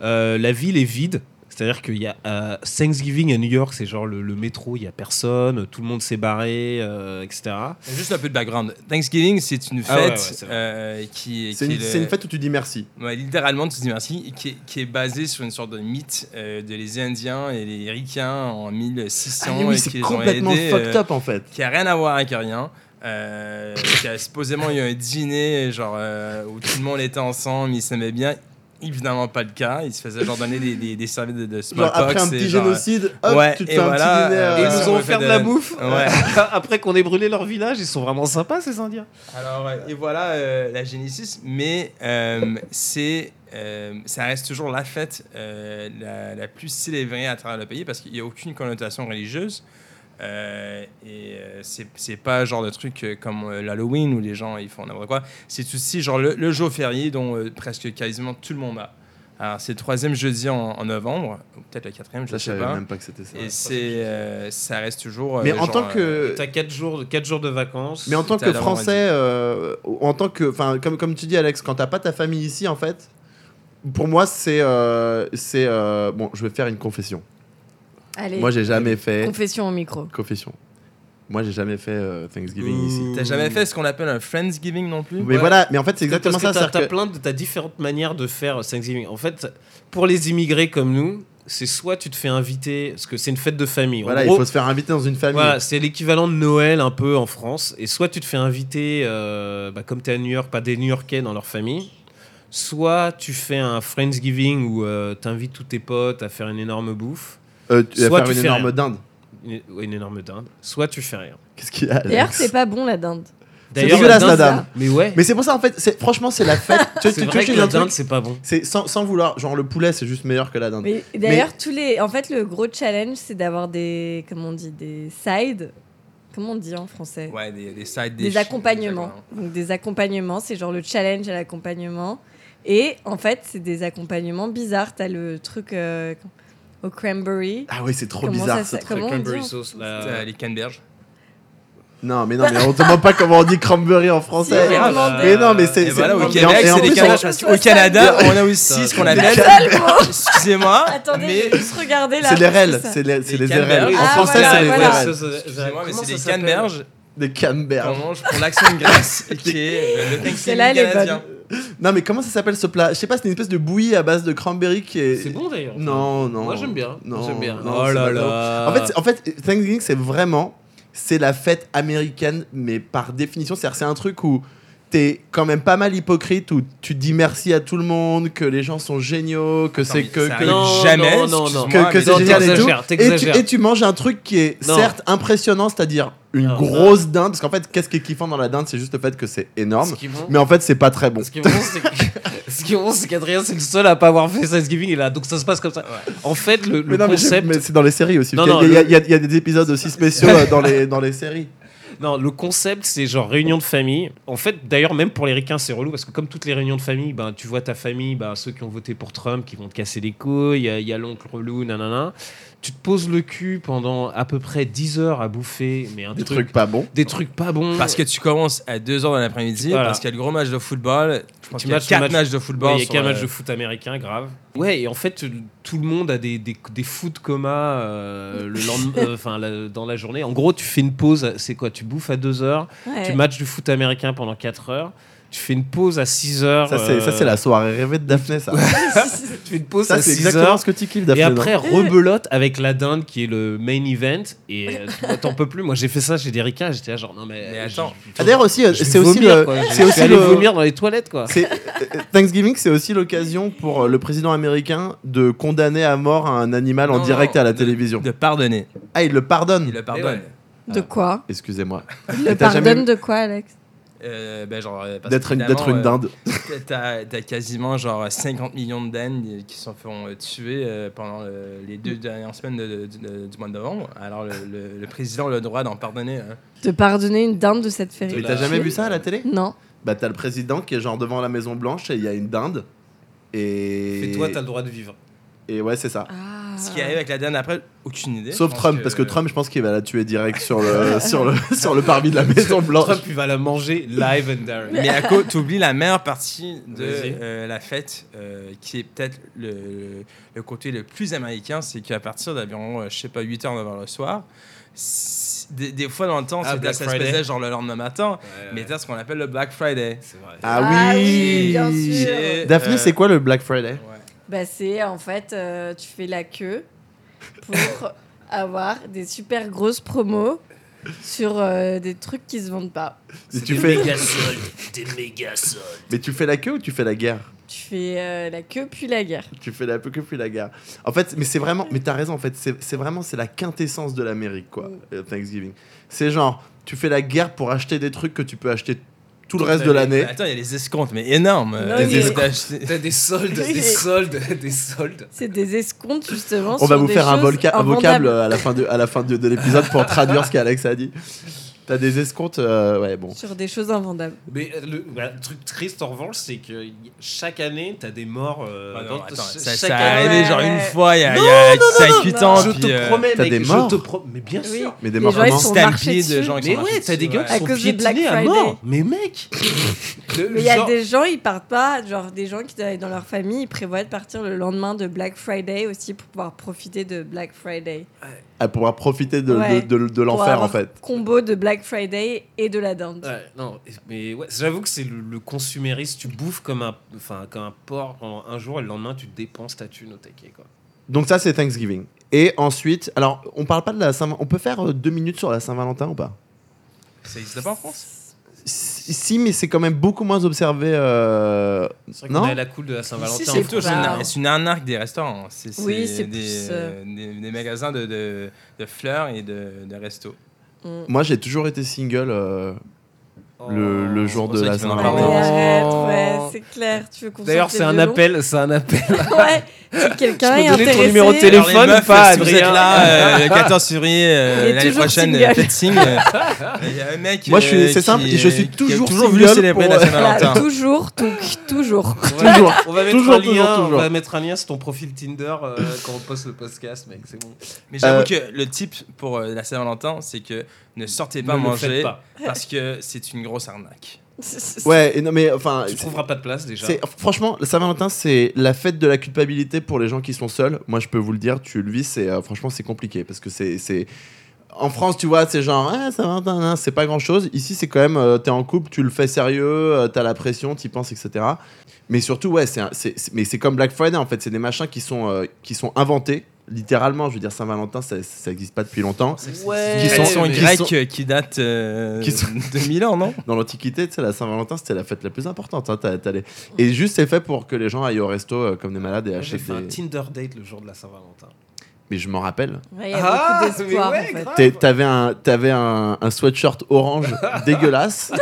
[SPEAKER 7] Euh, la ville est vide. C'est-à-dire qu'il y a euh, Thanksgiving à New York, c'est genre le, le métro, il y a personne, tout le monde s'est barré, euh, etc.
[SPEAKER 8] Juste un peu de background. Thanksgiving, c'est une fête
[SPEAKER 7] Ah ouais, ouais, c'est vrai.
[SPEAKER 8] euh, qui,
[SPEAKER 4] C'est
[SPEAKER 8] qui
[SPEAKER 4] une-
[SPEAKER 8] est le-
[SPEAKER 4] c'est une fête où tu dis merci.
[SPEAKER 8] Ouais, littéralement, tu dis merci, qui est, qui est basé sur une sorte de mythe euh, de les Indiens et les Ricains en 1600
[SPEAKER 4] Ah, mais oui,
[SPEAKER 8] et qui
[SPEAKER 4] c'est
[SPEAKER 8] les ont
[SPEAKER 4] complètement
[SPEAKER 8] aidés,
[SPEAKER 4] fucked
[SPEAKER 8] euh,
[SPEAKER 4] up en fait.
[SPEAKER 8] qui a rien à voir avec rien. Euh, qui a supposément eu un dîner genre euh, où tout le monde était ensemble, ils s'aimaient bien. Évidemment pas le cas, ils se faisaient genre donner des, des, des serviettes de, de
[SPEAKER 4] Genre
[SPEAKER 8] smallpox.
[SPEAKER 4] après un
[SPEAKER 8] et
[SPEAKER 4] petit
[SPEAKER 8] genre, euh,
[SPEAKER 4] génocide, hop,
[SPEAKER 8] ouais,
[SPEAKER 4] tu te
[SPEAKER 8] et
[SPEAKER 4] fais
[SPEAKER 8] voilà,
[SPEAKER 4] un petit dîner.
[SPEAKER 8] euh,
[SPEAKER 7] Et
[SPEAKER 8] ouais,
[SPEAKER 7] ils nous
[SPEAKER 8] on
[SPEAKER 7] ont
[SPEAKER 8] va
[SPEAKER 7] offert
[SPEAKER 8] faire
[SPEAKER 7] de la
[SPEAKER 8] de-
[SPEAKER 7] bouffe
[SPEAKER 8] Ouais.
[SPEAKER 7] après qu'on ait brûlé leur village. Ils sont vraiment sympas, ces Indiens.
[SPEAKER 8] Alors, euh, et voilà euh, la Genesis, mais euh, c'est, euh, ça reste toujours la fête euh, la, la plus célébrée à travers le pays parce qu'il n'y a aucune connotation religieuse. Euh, et euh, c'est, c'est pas genre de truc euh, comme euh, l'Halloween où les gens ils font n'importe quoi. C'est aussi genre le, le jour férié dont euh, presque quasiment tout le monde a. Alors, c'est le troisième jeudi en, en novembre, ou peut-être le quatrième, je
[SPEAKER 4] Là,
[SPEAKER 8] ne
[SPEAKER 4] je
[SPEAKER 8] sais
[SPEAKER 4] savais
[SPEAKER 8] pas.
[SPEAKER 4] même pas que c'était ça.
[SPEAKER 8] Et c'est, euh, ça reste toujours. euh,
[SPEAKER 4] Mais en
[SPEAKER 8] genre,
[SPEAKER 4] tant
[SPEAKER 8] euh,
[SPEAKER 4] que.
[SPEAKER 7] T'as 4 jours, quatre jours de vacances.
[SPEAKER 4] Mais en tant
[SPEAKER 8] Tout à
[SPEAKER 4] que
[SPEAKER 8] l'heure, on
[SPEAKER 4] français, euh, en tant que, enfin, comme, comme tu dis, Alex, quand t'as pas ta famille ici, en fait, pour moi, c'est, euh, c'est, euh, bon, je vais faire une confession.
[SPEAKER 6] Allez,
[SPEAKER 4] Moi, j'ai jamais fait
[SPEAKER 6] confession au micro.
[SPEAKER 4] confession. Moi, j'ai jamais fait euh, Thanksgiving
[SPEAKER 7] Ouh.
[SPEAKER 4] ici.
[SPEAKER 8] T'as jamais fait ce qu'on appelle un Friendsgiving non plus
[SPEAKER 4] Mais
[SPEAKER 7] Ouais.
[SPEAKER 4] voilà, mais en fait, c'est exactement
[SPEAKER 7] Parce que
[SPEAKER 4] ça.
[SPEAKER 7] t'as-
[SPEAKER 4] c'est-à-dire
[SPEAKER 7] T'as
[SPEAKER 4] que-
[SPEAKER 7] plein de t'as différentes manières de faire Thanksgiving. En fait, pour les immigrés comme nous, c'est soit tu te fais inviter, parce que c'est une fête de famille. En
[SPEAKER 4] Voilà,
[SPEAKER 7] gros,
[SPEAKER 4] il faut se faire inviter dans une famille.
[SPEAKER 7] Voilà, c'est l'équivalent de Noël un peu en France. Et soit tu te fais inviter, euh, bah, comme tu es à New York, pas des New-Yorkais dans leur famille. Soit tu fais un Friendsgiving où tu invites tous tes potes à faire une énorme bouffe,
[SPEAKER 4] Euh, tu vas
[SPEAKER 7] Soit
[SPEAKER 4] faire
[SPEAKER 7] tu
[SPEAKER 4] une
[SPEAKER 7] fais
[SPEAKER 4] énorme
[SPEAKER 7] rien.
[SPEAKER 4] dinde.
[SPEAKER 7] une, ouais, une énorme dinde. Soit tu fais rien.
[SPEAKER 4] Qu'est-ce qu'il y a Alex
[SPEAKER 6] D'ailleurs, c'est pas bon la dinde.
[SPEAKER 7] D'ailleurs,
[SPEAKER 4] dégueulasse,
[SPEAKER 7] dinde-
[SPEAKER 4] la dame.
[SPEAKER 7] Mais ouais,
[SPEAKER 4] Mais c'est pour ça, en fait, c'est- franchement, c'est la fête. tu,
[SPEAKER 7] c'est
[SPEAKER 4] tu- tu
[SPEAKER 7] vrai
[SPEAKER 4] sais,
[SPEAKER 7] que
[SPEAKER 4] il y a
[SPEAKER 7] la
[SPEAKER 4] un truc-
[SPEAKER 7] dinde, c'est pas bon.
[SPEAKER 4] C'est sans, sans vouloir, genre le poulet c'est juste meilleur que la dinde.
[SPEAKER 6] Mais d'ailleurs, tous les. En fait, le gros challenge, c'est d'avoir des. Comment on dit Des sides. Comment on dit en français
[SPEAKER 8] Ouais, des, des side
[SPEAKER 6] Des
[SPEAKER 8] dishes,
[SPEAKER 6] accompagnements.
[SPEAKER 8] des
[SPEAKER 6] Donc, des accompagnements, c'est genre le challenge à l'accompagnement. Et en fait, c'est des accompagnements bizarres. T'as le truc euh, au cranberry.
[SPEAKER 4] Ah oui, c'est trop
[SPEAKER 6] Comment
[SPEAKER 4] bizarre
[SPEAKER 6] ça
[SPEAKER 4] ce
[SPEAKER 6] s'a-
[SPEAKER 4] truc.
[SPEAKER 6] Comment on dit
[SPEAKER 7] Cranberry
[SPEAKER 6] en
[SPEAKER 7] sauce,
[SPEAKER 6] français
[SPEAKER 7] la-
[SPEAKER 8] accompagnements. Euh, les canneberges.
[SPEAKER 4] Non, mais non, mais on te demande pas comment on dit cranberry en français.
[SPEAKER 6] Si, on demande.
[SPEAKER 4] mais non, mais c'est.
[SPEAKER 8] Et
[SPEAKER 4] c'est-
[SPEAKER 8] voilà,
[SPEAKER 4] et
[SPEAKER 8] au
[SPEAKER 4] en-
[SPEAKER 8] Québec,
[SPEAKER 4] et en
[SPEAKER 8] c'est des
[SPEAKER 4] plus,
[SPEAKER 8] canaches.
[SPEAKER 6] on-
[SPEAKER 8] Parce qu'au Canada, on a aussi ce qu'on appelle. Excusez-moi,
[SPEAKER 6] Ah, Attendez,
[SPEAKER 8] mais
[SPEAKER 6] je vais juste regarder là.
[SPEAKER 4] C'est les rels,
[SPEAKER 6] ça.
[SPEAKER 4] c'est les, c'est
[SPEAKER 8] Les
[SPEAKER 4] les RL.
[SPEAKER 8] canneberges.
[SPEAKER 4] En
[SPEAKER 6] Ah,
[SPEAKER 4] français,
[SPEAKER 6] voilà,
[SPEAKER 4] c'est les
[SPEAKER 6] voilà.
[SPEAKER 4] RL.
[SPEAKER 8] excusez-moi, mais
[SPEAKER 7] Comment
[SPEAKER 8] c'est
[SPEAKER 7] ça
[SPEAKER 8] des
[SPEAKER 7] s'appelle
[SPEAKER 8] canneberges
[SPEAKER 4] Des
[SPEAKER 8] qu'on
[SPEAKER 4] canneberges.
[SPEAKER 8] mange pour l'action de grâce, qui est euh, le Thanksgiving
[SPEAKER 6] Celle-là, elle est
[SPEAKER 8] canadien.
[SPEAKER 4] Non, mais comment ça s'appelle ce plat Je sais pas, c'est une espèce de bouillie à base de cranberry qui est.
[SPEAKER 7] C'est bon d'ailleurs.
[SPEAKER 4] Non, non.
[SPEAKER 7] Moi j'aime bien.
[SPEAKER 4] Non,
[SPEAKER 7] J'aime bien.
[SPEAKER 4] non, c'est pas
[SPEAKER 7] Oh là.
[SPEAKER 4] En fait, c'est- en fait, Thanksgiving, c'est vraiment c'est la fête américaine, mais par définition, c'est-à-dire c'est un truc où t'es quand même pas mal hypocrite, où tu dis merci à tout le monde, que les gens sont géniaux, que c'est
[SPEAKER 8] mais
[SPEAKER 4] que, que,
[SPEAKER 8] ça arrive
[SPEAKER 7] Non,
[SPEAKER 8] jamais,
[SPEAKER 7] non, non,
[SPEAKER 8] excuse-moi,
[SPEAKER 7] non.
[SPEAKER 4] que- que
[SPEAKER 8] mais
[SPEAKER 4] c'est
[SPEAKER 7] non,
[SPEAKER 4] génial et tout.
[SPEAKER 7] t'exagères,
[SPEAKER 4] Et tu,
[SPEAKER 7] t'exagères.
[SPEAKER 4] et tu manges un truc qui est
[SPEAKER 7] Non.
[SPEAKER 4] certes impressionnant, c'est-à-dire une
[SPEAKER 7] Non.
[SPEAKER 4] grosse dinde, parce qu'en fait, qu'est-ce qui est kiffant dans la dinde, c'est juste le fait que c'est énorme,
[SPEAKER 7] Ce qui est bon-
[SPEAKER 4] mais en fait, c'est pas très bon.
[SPEAKER 7] Ce qui est bon, c'est que- ce qui est bon, c'est qu'Adrien, c'est le seul à pas avoir fait Thanksgiving. Et là, donc ça se passe comme ça. En fait, le, le
[SPEAKER 4] Mais non, mais j'ai-
[SPEAKER 7] concept,
[SPEAKER 4] mais c'est dans les séries aussi.
[SPEAKER 7] Non,
[SPEAKER 4] Il y a-
[SPEAKER 7] non,
[SPEAKER 4] il y, a- il y a- il y a des épisodes aussi spéciaux euh, dans les, dans les séries.
[SPEAKER 7] non, le concept, c'est genre réunion de famille. En fait, d'ailleurs, même pour les ricains, c'est relou parce que comme toutes les réunions de famille, ben tu vois ta famille, ben ceux qui ont voté pour Trump, qui vont te casser les couilles. Il y a- il y a, l'oncle relou, nanana. Tu te poses le cul pendant à peu près 10 heures à bouffer, mais un
[SPEAKER 4] Des trucs pas bons.
[SPEAKER 7] des trucs pas bons.
[SPEAKER 8] Parce que tu commences à 2h dans l'après-midi,
[SPEAKER 7] Voilà.
[SPEAKER 8] parce qu'il y a le gros match de football. Je pense
[SPEAKER 7] Tu
[SPEAKER 8] qu'il y a
[SPEAKER 7] matches le
[SPEAKER 8] 4
[SPEAKER 7] match-
[SPEAKER 8] matchs de
[SPEAKER 7] Ouais,
[SPEAKER 8] football.
[SPEAKER 7] Il y a
[SPEAKER 8] sur
[SPEAKER 7] qu'un
[SPEAKER 8] la-
[SPEAKER 7] match de foot américain, grave. Ouais, et en fait, euh, tout le monde a des, des, des foot coma euh, le lendemain, euh, enfin, la- dans la journée. En gros, tu fais une pause, c'est quoi Tu bouffes à 2 heures,
[SPEAKER 6] Ouais.
[SPEAKER 7] tu matches du foot américain pendant 4 heures, tu fais une pause à 6 heures.
[SPEAKER 4] Ça, c'est ça, c'est
[SPEAKER 7] euh,
[SPEAKER 4] la soirée rêvée de Daphné, ça.
[SPEAKER 7] Tu fais une pause
[SPEAKER 4] Ça,
[SPEAKER 7] à
[SPEAKER 4] c'est
[SPEAKER 7] 6
[SPEAKER 4] exactement
[SPEAKER 7] heures.
[SPEAKER 4] ce que tu kiffes,
[SPEAKER 7] Et
[SPEAKER 4] Daphné. non
[SPEAKER 7] après, rebelote avec la dinde qui est le main event. Et euh, tu vois, t'en peux plus. Moi, j'ai fait ça chez des ricains. J'étais là, genre, non, mais. euh,
[SPEAKER 8] Mais attends.
[SPEAKER 4] Ah, D'ailleurs, aussi, euh,
[SPEAKER 7] je vais
[SPEAKER 4] c'est aussi
[SPEAKER 7] vomir,
[SPEAKER 4] le.
[SPEAKER 7] quoi. Je
[SPEAKER 4] C'est
[SPEAKER 7] vais
[SPEAKER 4] aussi
[SPEAKER 7] aller
[SPEAKER 4] le.
[SPEAKER 7] vomir dans les toilettes, quoi.
[SPEAKER 4] c'est- euh, Thanksgiving, c'est aussi l'occasion pour euh, le président américain de condamner à mort un animal en
[SPEAKER 8] Non,
[SPEAKER 4] direct
[SPEAKER 8] non,
[SPEAKER 4] à la
[SPEAKER 8] de-
[SPEAKER 4] télévision.
[SPEAKER 8] De pardonner.
[SPEAKER 4] Ah, il le pardonne.
[SPEAKER 8] Il le pardonne.
[SPEAKER 6] De quoi
[SPEAKER 4] Excusez-moi.
[SPEAKER 6] Le
[SPEAKER 4] Et t'as jamais vu
[SPEAKER 6] pardonne de quoi, Alex
[SPEAKER 8] Euh, ben, genre, euh, parce
[SPEAKER 4] D'être une,
[SPEAKER 8] qu'évidemment,
[SPEAKER 4] d'être une
[SPEAKER 8] euh,
[SPEAKER 4] dinde.
[SPEAKER 8] T'as- T'as t'as quasiment genre 50 millions de dindes qui se font euh, tuer euh, pendant euh, les deux dernières semaines de- de- de- du mois de novembre. Alors le, le- le président a le droit d'en pardonner. hein.
[SPEAKER 6] De pardonner une dinde de cette féerie.
[SPEAKER 4] Mais t'as jamais vu ça à la télé
[SPEAKER 6] Non.
[SPEAKER 4] Bah, t'as le président qui est genre devant la Maison Blanche et il y a une dinde. Et.
[SPEAKER 7] le droit de vivre.
[SPEAKER 4] Et ouais, c'est ça.
[SPEAKER 6] Ah.
[SPEAKER 8] Ce qui arrive avec la dinde après, aucune idée.
[SPEAKER 4] Sauf
[SPEAKER 8] Je pense
[SPEAKER 4] Trump, parce que Trump, je pense qu'il va la tuer direct sur le, sur le, sur le parvis de la Maison Blanche.
[SPEAKER 7] Trump, il va la manger live and direct.
[SPEAKER 8] Mais à cause, t'oublies la meilleure partie de
[SPEAKER 7] Vas-y.
[SPEAKER 8] euh, la fête, euh, qui est peut-être le, le côté le plus américain, c'est qu'à partir d'environ, euh, je sais pas, 8 h 9 h le soir, si- des, des fois dans le temps,
[SPEAKER 7] Ah,
[SPEAKER 8] c'était-
[SPEAKER 7] Black
[SPEAKER 8] ça se
[SPEAKER 7] Friday.
[SPEAKER 8] faisait genre le lendemain matin, mais
[SPEAKER 4] Euh.
[SPEAKER 7] Mais
[SPEAKER 8] t'as ce qu'on appelle le Black Friday.
[SPEAKER 7] c'est vrai.
[SPEAKER 4] Ah
[SPEAKER 6] Ah
[SPEAKER 4] oui,
[SPEAKER 6] oui, bien sûr.
[SPEAKER 8] Et,
[SPEAKER 4] Daphné,
[SPEAKER 8] euh,
[SPEAKER 4] c'est quoi le Black Friday
[SPEAKER 8] ouais.
[SPEAKER 6] Bah, c'est en fait, euh, tu fais la queue pour avoir des super grosses promos sur euh, des trucs qui se vendent pas.
[SPEAKER 4] Mais tu, fais,
[SPEAKER 7] T'es méga sol.
[SPEAKER 4] mais tu fais la queue ou tu fais la guerre
[SPEAKER 6] Tu fais euh, la queue puis la guerre.
[SPEAKER 4] Tu fais la queue puis la guerre. En fait, mais c'est vraiment, mais t'as raison, en fait, c'est c'est vraiment, c'est la quintessence de l'Amérique, quoi, euh, Thanksgiving. C'est genre, tu fais la guerre pour acheter des trucs que tu peux acheter tout le reste de l'année.
[SPEAKER 8] Attends, il y a les escomptes, mais énormes.
[SPEAKER 6] Non,
[SPEAKER 8] Euh,
[SPEAKER 6] mais-
[SPEAKER 8] t'as- t'as-
[SPEAKER 7] T'as des soldes, des soldes, des soldes.
[SPEAKER 6] C'est des escomptes justement.
[SPEAKER 4] On va
[SPEAKER 6] sur
[SPEAKER 4] vous
[SPEAKER 6] des
[SPEAKER 4] faire un,
[SPEAKER 6] choses
[SPEAKER 4] volca- un
[SPEAKER 6] invendables.
[SPEAKER 4] vocable euh, à la fin de, à la fin de, de l'épisode pour traduire ce qu'Alex a dit. T'as des escomptes, euh, ouais, bon.
[SPEAKER 6] Sur des choses invendables.
[SPEAKER 7] Mais euh, le, bah, le truc triste en revanche, c'est que y- chaque année, t'as des morts. euh,
[SPEAKER 8] Ah non,
[SPEAKER 7] dans-
[SPEAKER 8] attends,
[SPEAKER 7] ch-
[SPEAKER 8] ça,
[SPEAKER 7] chaque
[SPEAKER 8] ça a
[SPEAKER 7] année.
[SPEAKER 8] arrivé genre une fois il y a,
[SPEAKER 7] Non,
[SPEAKER 8] il y a
[SPEAKER 7] non, non,
[SPEAKER 8] 5-8
[SPEAKER 6] non.
[SPEAKER 8] ans.
[SPEAKER 7] je
[SPEAKER 8] puis,
[SPEAKER 7] te
[SPEAKER 8] euh,
[SPEAKER 7] promets,
[SPEAKER 4] t'as
[SPEAKER 7] mec,
[SPEAKER 4] des
[SPEAKER 7] je
[SPEAKER 4] morts.
[SPEAKER 7] te promets. Mais bien
[SPEAKER 6] Oui.
[SPEAKER 7] sûr.
[SPEAKER 4] Mais des
[SPEAKER 6] Les
[SPEAKER 4] morts
[SPEAKER 6] gens, ils
[SPEAKER 4] comment
[SPEAKER 6] sont
[SPEAKER 8] stampede
[SPEAKER 6] marchés
[SPEAKER 8] de
[SPEAKER 6] dessus.
[SPEAKER 8] gens qui
[SPEAKER 7] Mais
[SPEAKER 8] sont
[SPEAKER 7] ouais,
[SPEAKER 8] marchés
[SPEAKER 7] t'as des
[SPEAKER 8] dessus,
[SPEAKER 7] gars
[SPEAKER 8] ouais.
[SPEAKER 7] qui
[SPEAKER 6] À
[SPEAKER 7] sont
[SPEAKER 6] cause du Black
[SPEAKER 7] piétinés à
[SPEAKER 6] Friday.
[SPEAKER 7] mort. Mais mec. le-
[SPEAKER 6] Mais il y a
[SPEAKER 7] genre-
[SPEAKER 6] des gens, ils partent pas. Genre, des gens qui, dans leur famille, ils prévoient de partir le lendemain de Black Friday aussi pour pouvoir profiter de Black Friday.
[SPEAKER 4] à pouvoir profiter de,
[SPEAKER 6] Ouais.
[SPEAKER 4] de, de- de
[SPEAKER 6] Pour
[SPEAKER 4] l'enfer en
[SPEAKER 6] avoir
[SPEAKER 4] fait.
[SPEAKER 6] Combo de Black Friday et de la dinde.
[SPEAKER 7] Ouais, non, mais ouais, j'avoue que c'est le, le consumérisme. Tu bouffes comme un, enfin, comme un porc pendant un jour et le lendemain tu dépenses ta thune au taquet. Quoi.
[SPEAKER 4] Donc ça c'est Thanksgiving. Et ensuite, alors on parle pas de la Saint, on peut faire euh, deux minutes sur la Saint-Valentin ou pas
[SPEAKER 8] Ça existe pas en France
[SPEAKER 4] Si, si, mais c'est quand même beaucoup moins observé. euh,
[SPEAKER 7] C'est vrai
[SPEAKER 4] Non
[SPEAKER 7] qu'on est à la cool de la Saint-Valentin.
[SPEAKER 8] Si,
[SPEAKER 7] en
[SPEAKER 8] c'est
[SPEAKER 7] France.
[SPEAKER 8] plutôt
[SPEAKER 6] Wow.
[SPEAKER 8] général. C'est une arnaque des restaurants. C'est c'est
[SPEAKER 6] Oui, c'est
[SPEAKER 8] des,
[SPEAKER 6] plus, euh,
[SPEAKER 8] des, des magasins de, de, de fleurs et de, de restos.
[SPEAKER 6] Mm.
[SPEAKER 4] Moi j'ai toujours été single euh,
[SPEAKER 7] Oh.
[SPEAKER 4] le, le
[SPEAKER 8] Oh. c'est
[SPEAKER 4] jour
[SPEAKER 8] pour
[SPEAKER 4] de
[SPEAKER 8] ça
[SPEAKER 4] la
[SPEAKER 8] qu'il faut en
[SPEAKER 6] Ah
[SPEAKER 8] Pardon.
[SPEAKER 6] mais
[SPEAKER 8] parler.
[SPEAKER 4] Saint-Valentin.
[SPEAKER 6] arrête, ouais, c'est clair. Tu veux qu'on
[SPEAKER 7] euh, D'ailleurs,
[SPEAKER 6] sorte
[SPEAKER 7] c'est
[SPEAKER 6] les
[SPEAKER 7] un
[SPEAKER 6] violons
[SPEAKER 7] appel, c'est un appel.
[SPEAKER 6] ouais, si quelqu'un
[SPEAKER 7] Je peux
[SPEAKER 6] est
[SPEAKER 7] donner ton
[SPEAKER 6] intéressé.
[SPEAKER 7] numéro de téléphone.
[SPEAKER 8] Alors, les meufs,
[SPEAKER 7] pas,
[SPEAKER 8] si vous êtes
[SPEAKER 7] Adrien.
[SPEAKER 8] là euh, le 14 février euh,
[SPEAKER 6] Il est
[SPEAKER 8] l'année
[SPEAKER 6] toujours
[SPEAKER 8] prochaine,
[SPEAKER 6] single.
[SPEAKER 8] faites signe. euh, Il y a un mec.
[SPEAKER 4] Moi, je suis-
[SPEAKER 8] euh,
[SPEAKER 4] c'est
[SPEAKER 8] qui-
[SPEAKER 4] simple, je suis
[SPEAKER 8] qui a
[SPEAKER 4] toujours
[SPEAKER 8] voulu
[SPEAKER 4] single
[SPEAKER 8] célébrer
[SPEAKER 4] pour-
[SPEAKER 8] la
[SPEAKER 6] Voilà,
[SPEAKER 8] Saint-Valentin.
[SPEAKER 6] toujours, donc toujours.
[SPEAKER 4] Toujours.
[SPEAKER 7] On va mettre
[SPEAKER 4] Toujours,
[SPEAKER 7] un lien,
[SPEAKER 4] toujours, toujours.
[SPEAKER 7] on va mettre un lien sur ton profil Tinder euh, quand on poste le podcast, mec. C'est bon.
[SPEAKER 8] Mais j'avoue
[SPEAKER 4] Euh,
[SPEAKER 8] que le type pour euh, la Saint-Valentin, c'est que ne sortez pas
[SPEAKER 7] Ne le
[SPEAKER 8] manger
[SPEAKER 7] faites pas.
[SPEAKER 8] parce que c'est une grosse arnaque.
[SPEAKER 4] Ouais, et non, mais enfin. Ah,
[SPEAKER 7] Tu
[SPEAKER 4] c'est-
[SPEAKER 7] trouveras pas de place déjà.
[SPEAKER 4] c'est- Franchement, la Saint-Valentin, c'est la fête de la culpabilité pour les gens qui sont seuls. Moi, je peux vous le dire, tu le vis, c'est, euh, franchement, c'est compliqué. Parce que c'est. c'est- En France, tu vois, c'est genre, ah, Saint-Valentin, hein, c'est pas grand chose. Ici, c'est quand même, euh, t'es en couple, tu le fais sérieux, euh, t'as la pression, t'y penses, etc. Mais surtout, ouais, c'est, un- c'est- c'est- mais c'est comme Black Friday, en fait. C'est des machins qui sont, euh, qui sont inventés, littéralement. Je veux dire, Saint-Valentin, ça n'existe pas depuis longtemps.
[SPEAKER 8] C'est
[SPEAKER 4] Qui
[SPEAKER 8] une
[SPEAKER 4] sont-
[SPEAKER 8] tradition
[SPEAKER 4] qui
[SPEAKER 8] grecque
[SPEAKER 4] sont-
[SPEAKER 8] euh, qui date euh,
[SPEAKER 4] Qui sont-
[SPEAKER 8] de 1000 ans, non
[SPEAKER 4] Dans l'Antiquité, tu sais, la Saint-Valentin, c'était la fête la plus importante. hein, t'as- t'as les- Et juste, c'est fait pour que les gens aillent au resto euh, comme des malades et
[SPEAKER 7] Moi, J'ai
[SPEAKER 4] achètent
[SPEAKER 7] fait un
[SPEAKER 4] des...
[SPEAKER 7] Tinder date le jour de la Saint-Valentin.
[SPEAKER 4] Mais je m'en rappelle.
[SPEAKER 6] Ouais, il y a
[SPEAKER 7] Ah,
[SPEAKER 6] beaucoup d'espoir. en fait.
[SPEAKER 4] T'es- T'avais un, t'avais un, un sweatshirt orange dégueulasse.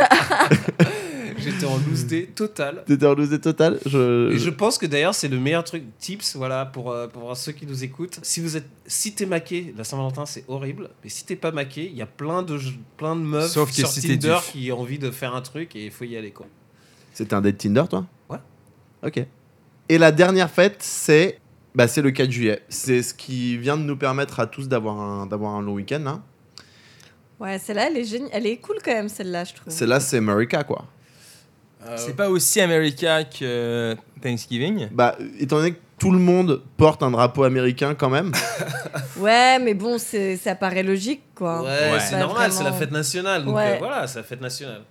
[SPEAKER 7] J'étais en loose day total.
[SPEAKER 4] T'étais en loose total. Je...
[SPEAKER 7] Et je pense que d'ailleurs c'est le meilleur truc tips voilà pour, euh, pour ceux qui nous écoutent. Si vous êtes si t'es maqué, la Saint-Valentin c'est horrible, mais si t'es pas maqué, il y a plein de plein de meufs
[SPEAKER 8] Sauf que
[SPEAKER 7] sur
[SPEAKER 8] si t'es
[SPEAKER 7] Tinder
[SPEAKER 8] duf.
[SPEAKER 7] qui ont envie de faire un truc et il faut y aller quoi.
[SPEAKER 4] C'était un date Tinder, toi
[SPEAKER 7] Ouais.
[SPEAKER 4] Ok. Et la dernière fête, c'est bah, c'est le 4 juillet. C'est ce qui vient de nous permettre à tous d'avoir un, d'avoir un long week-end. hein.
[SPEAKER 6] Ouais, celle-là, elle est géniale. Elle est cool quand même, celle-là, je trouve.
[SPEAKER 4] C'est là, c'est America, quoi. Ah
[SPEAKER 8] C'est pas aussi américain que euh, Thanksgiving.
[SPEAKER 4] Bah, étant donné que tout le monde porte un drapeau américain quand même.
[SPEAKER 6] Ouais, mais bon, c'est- ça paraît logique, quoi.
[SPEAKER 8] Ouais.
[SPEAKER 7] c'est
[SPEAKER 6] Ouais,
[SPEAKER 7] normal,
[SPEAKER 6] vraiment.
[SPEAKER 7] c'est la fête nationale. Donc
[SPEAKER 6] Ouais.
[SPEAKER 7] euh, voilà, c'est la fête nationale.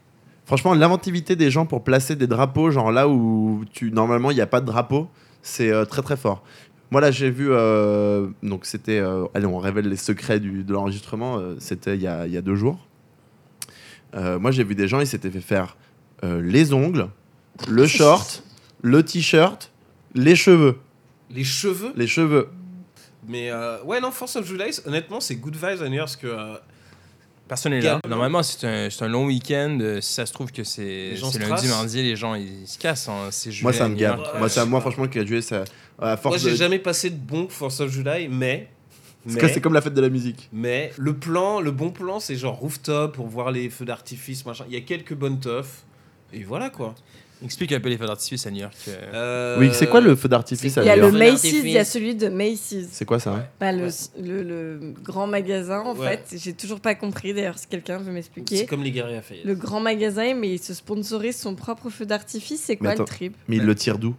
[SPEAKER 4] Franchement, l'inventivité des gens pour placer des drapeaux, genre là où tu normalement il n'y a pas de drapeau, c'est euh, très très fort. Moi là, j'ai vu, euh, donc c'était, euh, allez, on révèle les secrets du, de l'enregistrement, euh, c'était il y a, il y a deux jours. Euh, moi, j'ai vu des gens, ils s'étaient fait faire euh, les ongles, le short, le t-shirt, les cheveux,
[SPEAKER 7] Les cheveux
[SPEAKER 4] les cheveux.
[SPEAKER 7] Mais euh, ouais non, Force of July, honnêtement, c'est good vibes à New York parce que euh,
[SPEAKER 8] Personne n'est là.
[SPEAKER 7] Gab-
[SPEAKER 8] Normalement, c'est un, c'est un long week-end. euh, Si ça se trouve que c'est
[SPEAKER 7] gens
[SPEAKER 8] c'est
[SPEAKER 7] se
[SPEAKER 8] lundi,
[SPEAKER 7] crassent.
[SPEAKER 8] mardi, les gens ils se cassent. hein, c'est
[SPEAKER 4] Moi,
[SPEAKER 8] juillet, euh,
[SPEAKER 4] ça me
[SPEAKER 8] New
[SPEAKER 4] gave.
[SPEAKER 8] York.
[SPEAKER 4] Moi, ça, moi, franchement, qui a joué, ça, à
[SPEAKER 7] moi
[SPEAKER 4] force
[SPEAKER 7] j'ai
[SPEAKER 4] de-
[SPEAKER 7] jamais passé de bon Force of July, mais
[SPEAKER 4] Parce
[SPEAKER 7] mais-
[SPEAKER 4] que c'est comme la fête de la musique.
[SPEAKER 7] Mais le plan, le bon plan, c'est genre rooftop pour voir les feux d'artifice, machin. Il y a quelques bonnes teufs. Et voilà quoi.
[SPEAKER 8] Explique un peu les feux d'artifice à New York. euh.
[SPEAKER 7] Euh,
[SPEAKER 4] Oui, c'est quoi le feu d'artifice
[SPEAKER 7] c'est-
[SPEAKER 4] à
[SPEAKER 6] Il y a
[SPEAKER 4] New
[SPEAKER 6] le
[SPEAKER 4] York
[SPEAKER 6] Macy's, il y a celui de Macy's.
[SPEAKER 4] C'est quoi ça hein
[SPEAKER 6] Bah, le,
[SPEAKER 7] Ouais.
[SPEAKER 6] le, le grand magasin, en
[SPEAKER 7] Ouais.
[SPEAKER 6] fait. J'ai toujours pas compris, d'ailleurs, si quelqu'un veut
[SPEAKER 7] C'est
[SPEAKER 6] m'expliquer.
[SPEAKER 7] comme les guerriers à Fayette.
[SPEAKER 6] Le grand magasin, mais il se sponsorise son propre feu d'artifice. C'est
[SPEAKER 4] Mais
[SPEAKER 6] quoi
[SPEAKER 4] attends.
[SPEAKER 6] le trip
[SPEAKER 4] Mais il le tire d'où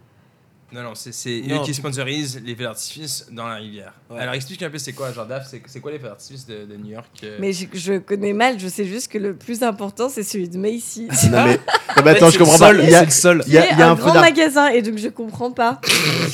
[SPEAKER 8] Non, non, c'est- c'est eux
[SPEAKER 7] Non,
[SPEAKER 8] qui
[SPEAKER 7] tu-
[SPEAKER 8] sponsorisent les feux d'artifice dans la rivière.
[SPEAKER 7] Ouais.
[SPEAKER 8] Alors explique un peu c'est quoi, genre Daph, c'est c'est quoi les feux d'artifice de, de New York euh,
[SPEAKER 6] Mais je, je connais mal, je sais juste que le plus important, c'est celui de Macy's.
[SPEAKER 4] Non mais, non, mais
[SPEAKER 7] En fait,
[SPEAKER 4] attends,
[SPEAKER 7] c'est
[SPEAKER 4] je
[SPEAKER 7] le
[SPEAKER 4] comprends pas.
[SPEAKER 7] seul-
[SPEAKER 4] Il y a,
[SPEAKER 7] c'est le seul.
[SPEAKER 4] il y a-
[SPEAKER 6] Qui est
[SPEAKER 4] il y a un
[SPEAKER 6] un
[SPEAKER 4] feu
[SPEAKER 6] grand
[SPEAKER 4] d'art-
[SPEAKER 6] magasin et donc je comprends pas.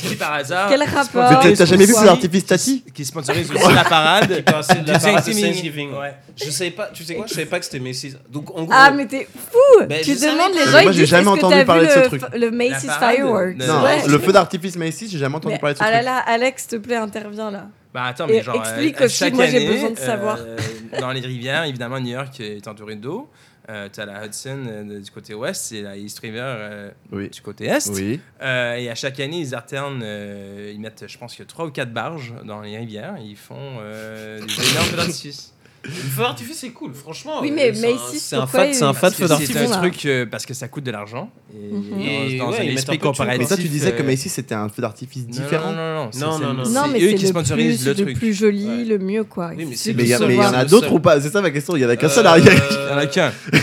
[SPEAKER 8] Qui par hasard
[SPEAKER 6] Quel rapport
[SPEAKER 4] Mais t'as-
[SPEAKER 8] sponsorise
[SPEAKER 4] t'as jamais vu
[SPEAKER 8] aussi-
[SPEAKER 4] ces artifices Tati
[SPEAKER 8] Qui sponsorise aussi la parade
[SPEAKER 7] Enfin, c'est de la
[SPEAKER 8] du
[SPEAKER 7] parade de
[SPEAKER 8] Thanksgiving.
[SPEAKER 7] Thanksgiving.
[SPEAKER 8] Ouais.
[SPEAKER 7] Je savais pas, tu sais quoi, je savais pas que c'était Macy's. Donc en gros,
[SPEAKER 6] Ah mais t'es fou
[SPEAKER 7] Ben,
[SPEAKER 6] Tu
[SPEAKER 7] je savais
[SPEAKER 6] demandes les
[SPEAKER 7] pas.
[SPEAKER 4] Mais
[SPEAKER 6] gens,
[SPEAKER 4] moi,
[SPEAKER 6] ils
[SPEAKER 4] j'ai
[SPEAKER 6] disent,
[SPEAKER 4] jamais
[SPEAKER 6] est-ce que
[SPEAKER 4] entendu
[SPEAKER 6] t'as
[SPEAKER 4] parler
[SPEAKER 6] vu
[SPEAKER 4] de ce
[SPEAKER 6] le,
[SPEAKER 4] truc.
[SPEAKER 6] le Macy's
[SPEAKER 8] La parade,
[SPEAKER 6] Fireworks
[SPEAKER 8] non,
[SPEAKER 4] Non,
[SPEAKER 6] Ouais.
[SPEAKER 4] le feu d'artifice Macy's, j'ai jamais entendu
[SPEAKER 6] Mais-
[SPEAKER 4] parler de ce
[SPEAKER 6] Ah là
[SPEAKER 4] truc.
[SPEAKER 6] là, Alex, s'il te plaît, interviens là.
[SPEAKER 8] Bah attends,
[SPEAKER 6] Et
[SPEAKER 8] mais genre,
[SPEAKER 6] explique
[SPEAKER 8] euh, à
[SPEAKER 6] aussi,
[SPEAKER 8] chaque
[SPEAKER 6] moi, j'ai
[SPEAKER 8] année,
[SPEAKER 6] besoin de savoir.
[SPEAKER 8] euh, dans les rivières, évidemment, New York est entouré d'eau. Euh, T'as la Hudson euh, de- du côté ouest et la East River euh,
[SPEAKER 4] Oui.
[SPEAKER 8] du côté est.
[SPEAKER 4] Oui.
[SPEAKER 8] Euh, et à chaque année, ils alternent, euh, ils mettent, je pense que trois ou quatre barges dans les rivières. et ils font euh, des énormes feux d'artifice.
[SPEAKER 7] le feu d'artifice c'est cool, franchement.
[SPEAKER 6] Oui, mais
[SPEAKER 7] Euh, c'est un-
[SPEAKER 6] Macy's,
[SPEAKER 7] c'est un
[SPEAKER 6] pourquoi
[SPEAKER 7] fat, c'est un
[SPEAKER 6] il-
[SPEAKER 7] fat
[SPEAKER 8] Parce que
[SPEAKER 7] feu
[SPEAKER 8] C'est
[SPEAKER 7] d'artifice.
[SPEAKER 8] un
[SPEAKER 6] Voilà.
[SPEAKER 8] truc euh, parce que ça coûte de l'argent. Et
[SPEAKER 6] Mhm.
[SPEAKER 7] Et
[SPEAKER 8] dans, dans
[SPEAKER 7] ouais, ils
[SPEAKER 8] un
[SPEAKER 7] mettent un
[SPEAKER 8] esprit
[SPEAKER 7] peu de tout, quoi.
[SPEAKER 4] Mais
[SPEAKER 8] comparatif.
[SPEAKER 4] toi, tu disais que
[SPEAKER 8] euh,
[SPEAKER 4] Macy's c'était un feu d'artifice
[SPEAKER 8] non,
[SPEAKER 4] différent.
[SPEAKER 8] Non, non, non. c'est-
[SPEAKER 7] Non,
[SPEAKER 8] c'est-
[SPEAKER 7] non, non.
[SPEAKER 6] Non, mais
[SPEAKER 8] eux
[SPEAKER 6] c'est
[SPEAKER 8] qui
[SPEAKER 6] le
[SPEAKER 8] sponsorisent
[SPEAKER 6] plus,
[SPEAKER 8] le
[SPEAKER 6] le,
[SPEAKER 8] truc.
[SPEAKER 6] plus joli,
[SPEAKER 7] Ouais.
[SPEAKER 6] le mieux, quoi.
[SPEAKER 7] Oui, mais
[SPEAKER 6] C'est
[SPEAKER 7] c'est
[SPEAKER 4] Mais
[SPEAKER 6] le
[SPEAKER 4] il y, a-
[SPEAKER 7] seul,
[SPEAKER 4] mais il y en
[SPEAKER 7] c'est
[SPEAKER 4] a
[SPEAKER 7] le
[SPEAKER 4] d'autres
[SPEAKER 7] seul.
[SPEAKER 4] ou pas C'est ça ma question. Il y en a qu'un seul
[SPEAKER 7] Euh,
[SPEAKER 4] à New York.
[SPEAKER 8] Il y en a qu'un.
[SPEAKER 6] Ah,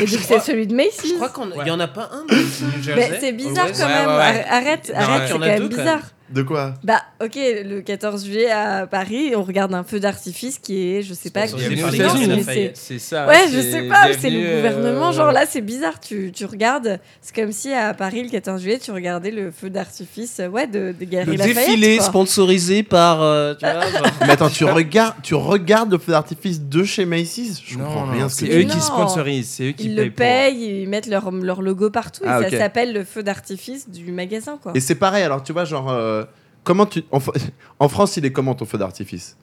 [SPEAKER 6] Et donc c'est celui de Macy's.
[SPEAKER 7] Je crois qu'on il y en a pas un mais c'est New Jersey.
[SPEAKER 6] Mais Bah, c'est bizarre
[SPEAKER 7] Always.
[SPEAKER 6] quand
[SPEAKER 8] Ouais,
[SPEAKER 6] même.
[SPEAKER 8] ouais, ouais.
[SPEAKER 6] Arrête,
[SPEAKER 8] Non, ouais.
[SPEAKER 6] arrête, c'est
[SPEAKER 7] Il y en
[SPEAKER 6] quand
[SPEAKER 7] a deux,
[SPEAKER 6] même
[SPEAKER 7] quand
[SPEAKER 6] bizarre.
[SPEAKER 4] De quoi
[SPEAKER 6] Bah, ok, le 14 juillet à Paris, on regarde un feu d'artifice qui est, je sais pas,
[SPEAKER 7] C'est
[SPEAKER 6] qui
[SPEAKER 7] organisé
[SPEAKER 8] par
[SPEAKER 6] qui
[SPEAKER 8] les
[SPEAKER 6] finance,
[SPEAKER 8] États-Unis,
[SPEAKER 6] mais
[SPEAKER 7] la
[SPEAKER 6] c'est-
[SPEAKER 7] Fayette.
[SPEAKER 8] C'est ça.
[SPEAKER 6] Ouais, je
[SPEAKER 8] c'est
[SPEAKER 6] sais pas, c'est
[SPEAKER 8] bienvenue,
[SPEAKER 6] le
[SPEAKER 8] euh,
[SPEAKER 6] gouvernement. Genre là, c'est bizarre, tu, tu regardes, c'est comme si à Paris le 14 juillet, tu regardais le feu d'artifice euh, ouais, de, de Galerie
[SPEAKER 7] Le
[SPEAKER 6] Lafayette.
[SPEAKER 7] défilé
[SPEAKER 6] quoi.
[SPEAKER 7] sponsorisé par euh, tu vois, genre-
[SPEAKER 4] Mais attends, tu regardes, tu regardes le feu d'artifice de chez Macy's Je
[SPEAKER 8] Non,
[SPEAKER 4] comprends
[SPEAKER 8] non,
[SPEAKER 4] rien. à Ce que
[SPEAKER 8] c'est
[SPEAKER 4] tu
[SPEAKER 8] eux
[SPEAKER 4] dis.
[SPEAKER 8] qui
[SPEAKER 6] Non.
[SPEAKER 8] sponsorisent, c'est eux qui
[SPEAKER 6] Ils le
[SPEAKER 8] pour.
[SPEAKER 6] payent, ils mettent leur, leur logo partout
[SPEAKER 4] Ah,
[SPEAKER 6] et
[SPEAKER 4] ok.
[SPEAKER 6] ça s'appelle le feu d'artifice du magasin. quoi.
[SPEAKER 4] Et c'est pareil. Alors tu vois, genre euh, comment tu en, fa- en France, il est comment ton feu d'artifice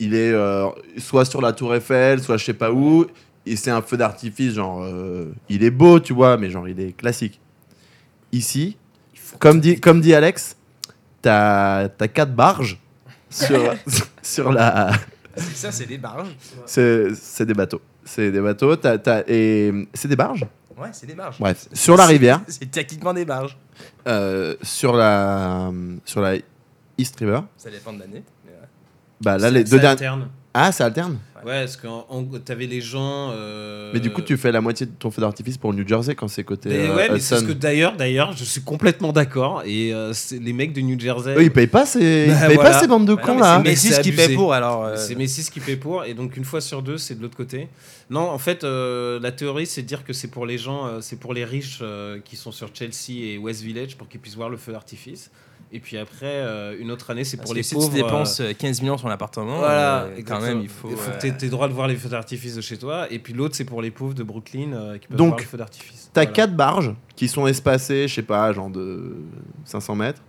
[SPEAKER 4] Il est euh, soit sur la Tour Eiffel, soit je sais pas où. Et c'est un feu d'artifice, genre euh, il est beau, tu vois, mais genre il est classique. Ici, comme dit comme dit Alex, t'as t'as quatre barges sur sur la
[SPEAKER 8] C'est ça, c'est des barges.
[SPEAKER 4] c'est c'est des bateaux. C'est des bateaux, t'as- t'as- et c'est des barges.
[SPEAKER 8] Ouais, c'est des barges.
[SPEAKER 4] Bref, sur la rivière,
[SPEAKER 8] C'est techniquement des barges.
[SPEAKER 4] euh, sur la sur la East River.
[SPEAKER 8] Ça dépend de l'année. mais ouais.
[SPEAKER 4] Bah là, les
[SPEAKER 7] Ça
[SPEAKER 4] deux dernières.
[SPEAKER 7] alterne.
[SPEAKER 4] Ah, ça alterne
[SPEAKER 8] Ouais.
[SPEAKER 7] Ouais, parce que en- en- t'avais les gens. euh,
[SPEAKER 4] Mais du coup, tu fais la moitié de ton feu d'artifice pour New Jersey quand c'est côté.
[SPEAKER 7] Mais
[SPEAKER 4] euh,
[SPEAKER 7] ouais, mais c'est ce
[SPEAKER 4] Hudson.
[SPEAKER 7] que d'ailleurs, d'ailleurs, je suis complètement d'accord. Et euh, c'est- les mecs de New Jersey.
[SPEAKER 4] Eux, ils payent pas ces, ils
[SPEAKER 7] Bah,
[SPEAKER 4] payent
[SPEAKER 7] voilà.
[SPEAKER 4] pas ces bandes de
[SPEAKER 7] Bah,
[SPEAKER 4] cons
[SPEAKER 7] non,
[SPEAKER 4] là.
[SPEAKER 8] Mais
[SPEAKER 7] mais
[SPEAKER 8] c'est
[SPEAKER 7] c'est
[SPEAKER 8] ce qui
[SPEAKER 7] abusé.
[SPEAKER 8] paye pour alors. euh,
[SPEAKER 7] C'est Messi qui paie pour, et donc une fois sur deux, c'est de l'autre côté. Non, en fait, euh, la théorie, c'est de dire que c'est pour les gens, euh, c'est pour les riches euh, qui sont sur Chelsea et West Village pour qu'ils puissent voir le feu d'artifice. Et puis après, euh, une autre année, c'est
[SPEAKER 8] parce
[SPEAKER 7] pour
[SPEAKER 8] que
[SPEAKER 7] les
[SPEAKER 8] si
[SPEAKER 7] pauvres.
[SPEAKER 8] tu dépenses euh, 15 millions sur l'appartement,
[SPEAKER 7] Voilà,
[SPEAKER 8] euh, quand
[SPEAKER 7] exactement.
[SPEAKER 8] même, il faut.
[SPEAKER 7] que
[SPEAKER 8] euh,
[SPEAKER 7] tu aies, droit de voir les feux d'artifice de chez toi. Et puis l'autre, c'est pour les pauvres de Brooklyn euh, qui peuvent
[SPEAKER 4] Donc,
[SPEAKER 7] voir le feu d'artifice.
[SPEAKER 4] T'as
[SPEAKER 7] Voilà.
[SPEAKER 4] quatre barges qui sont espacées, je sais pas, genre de 500 mètres.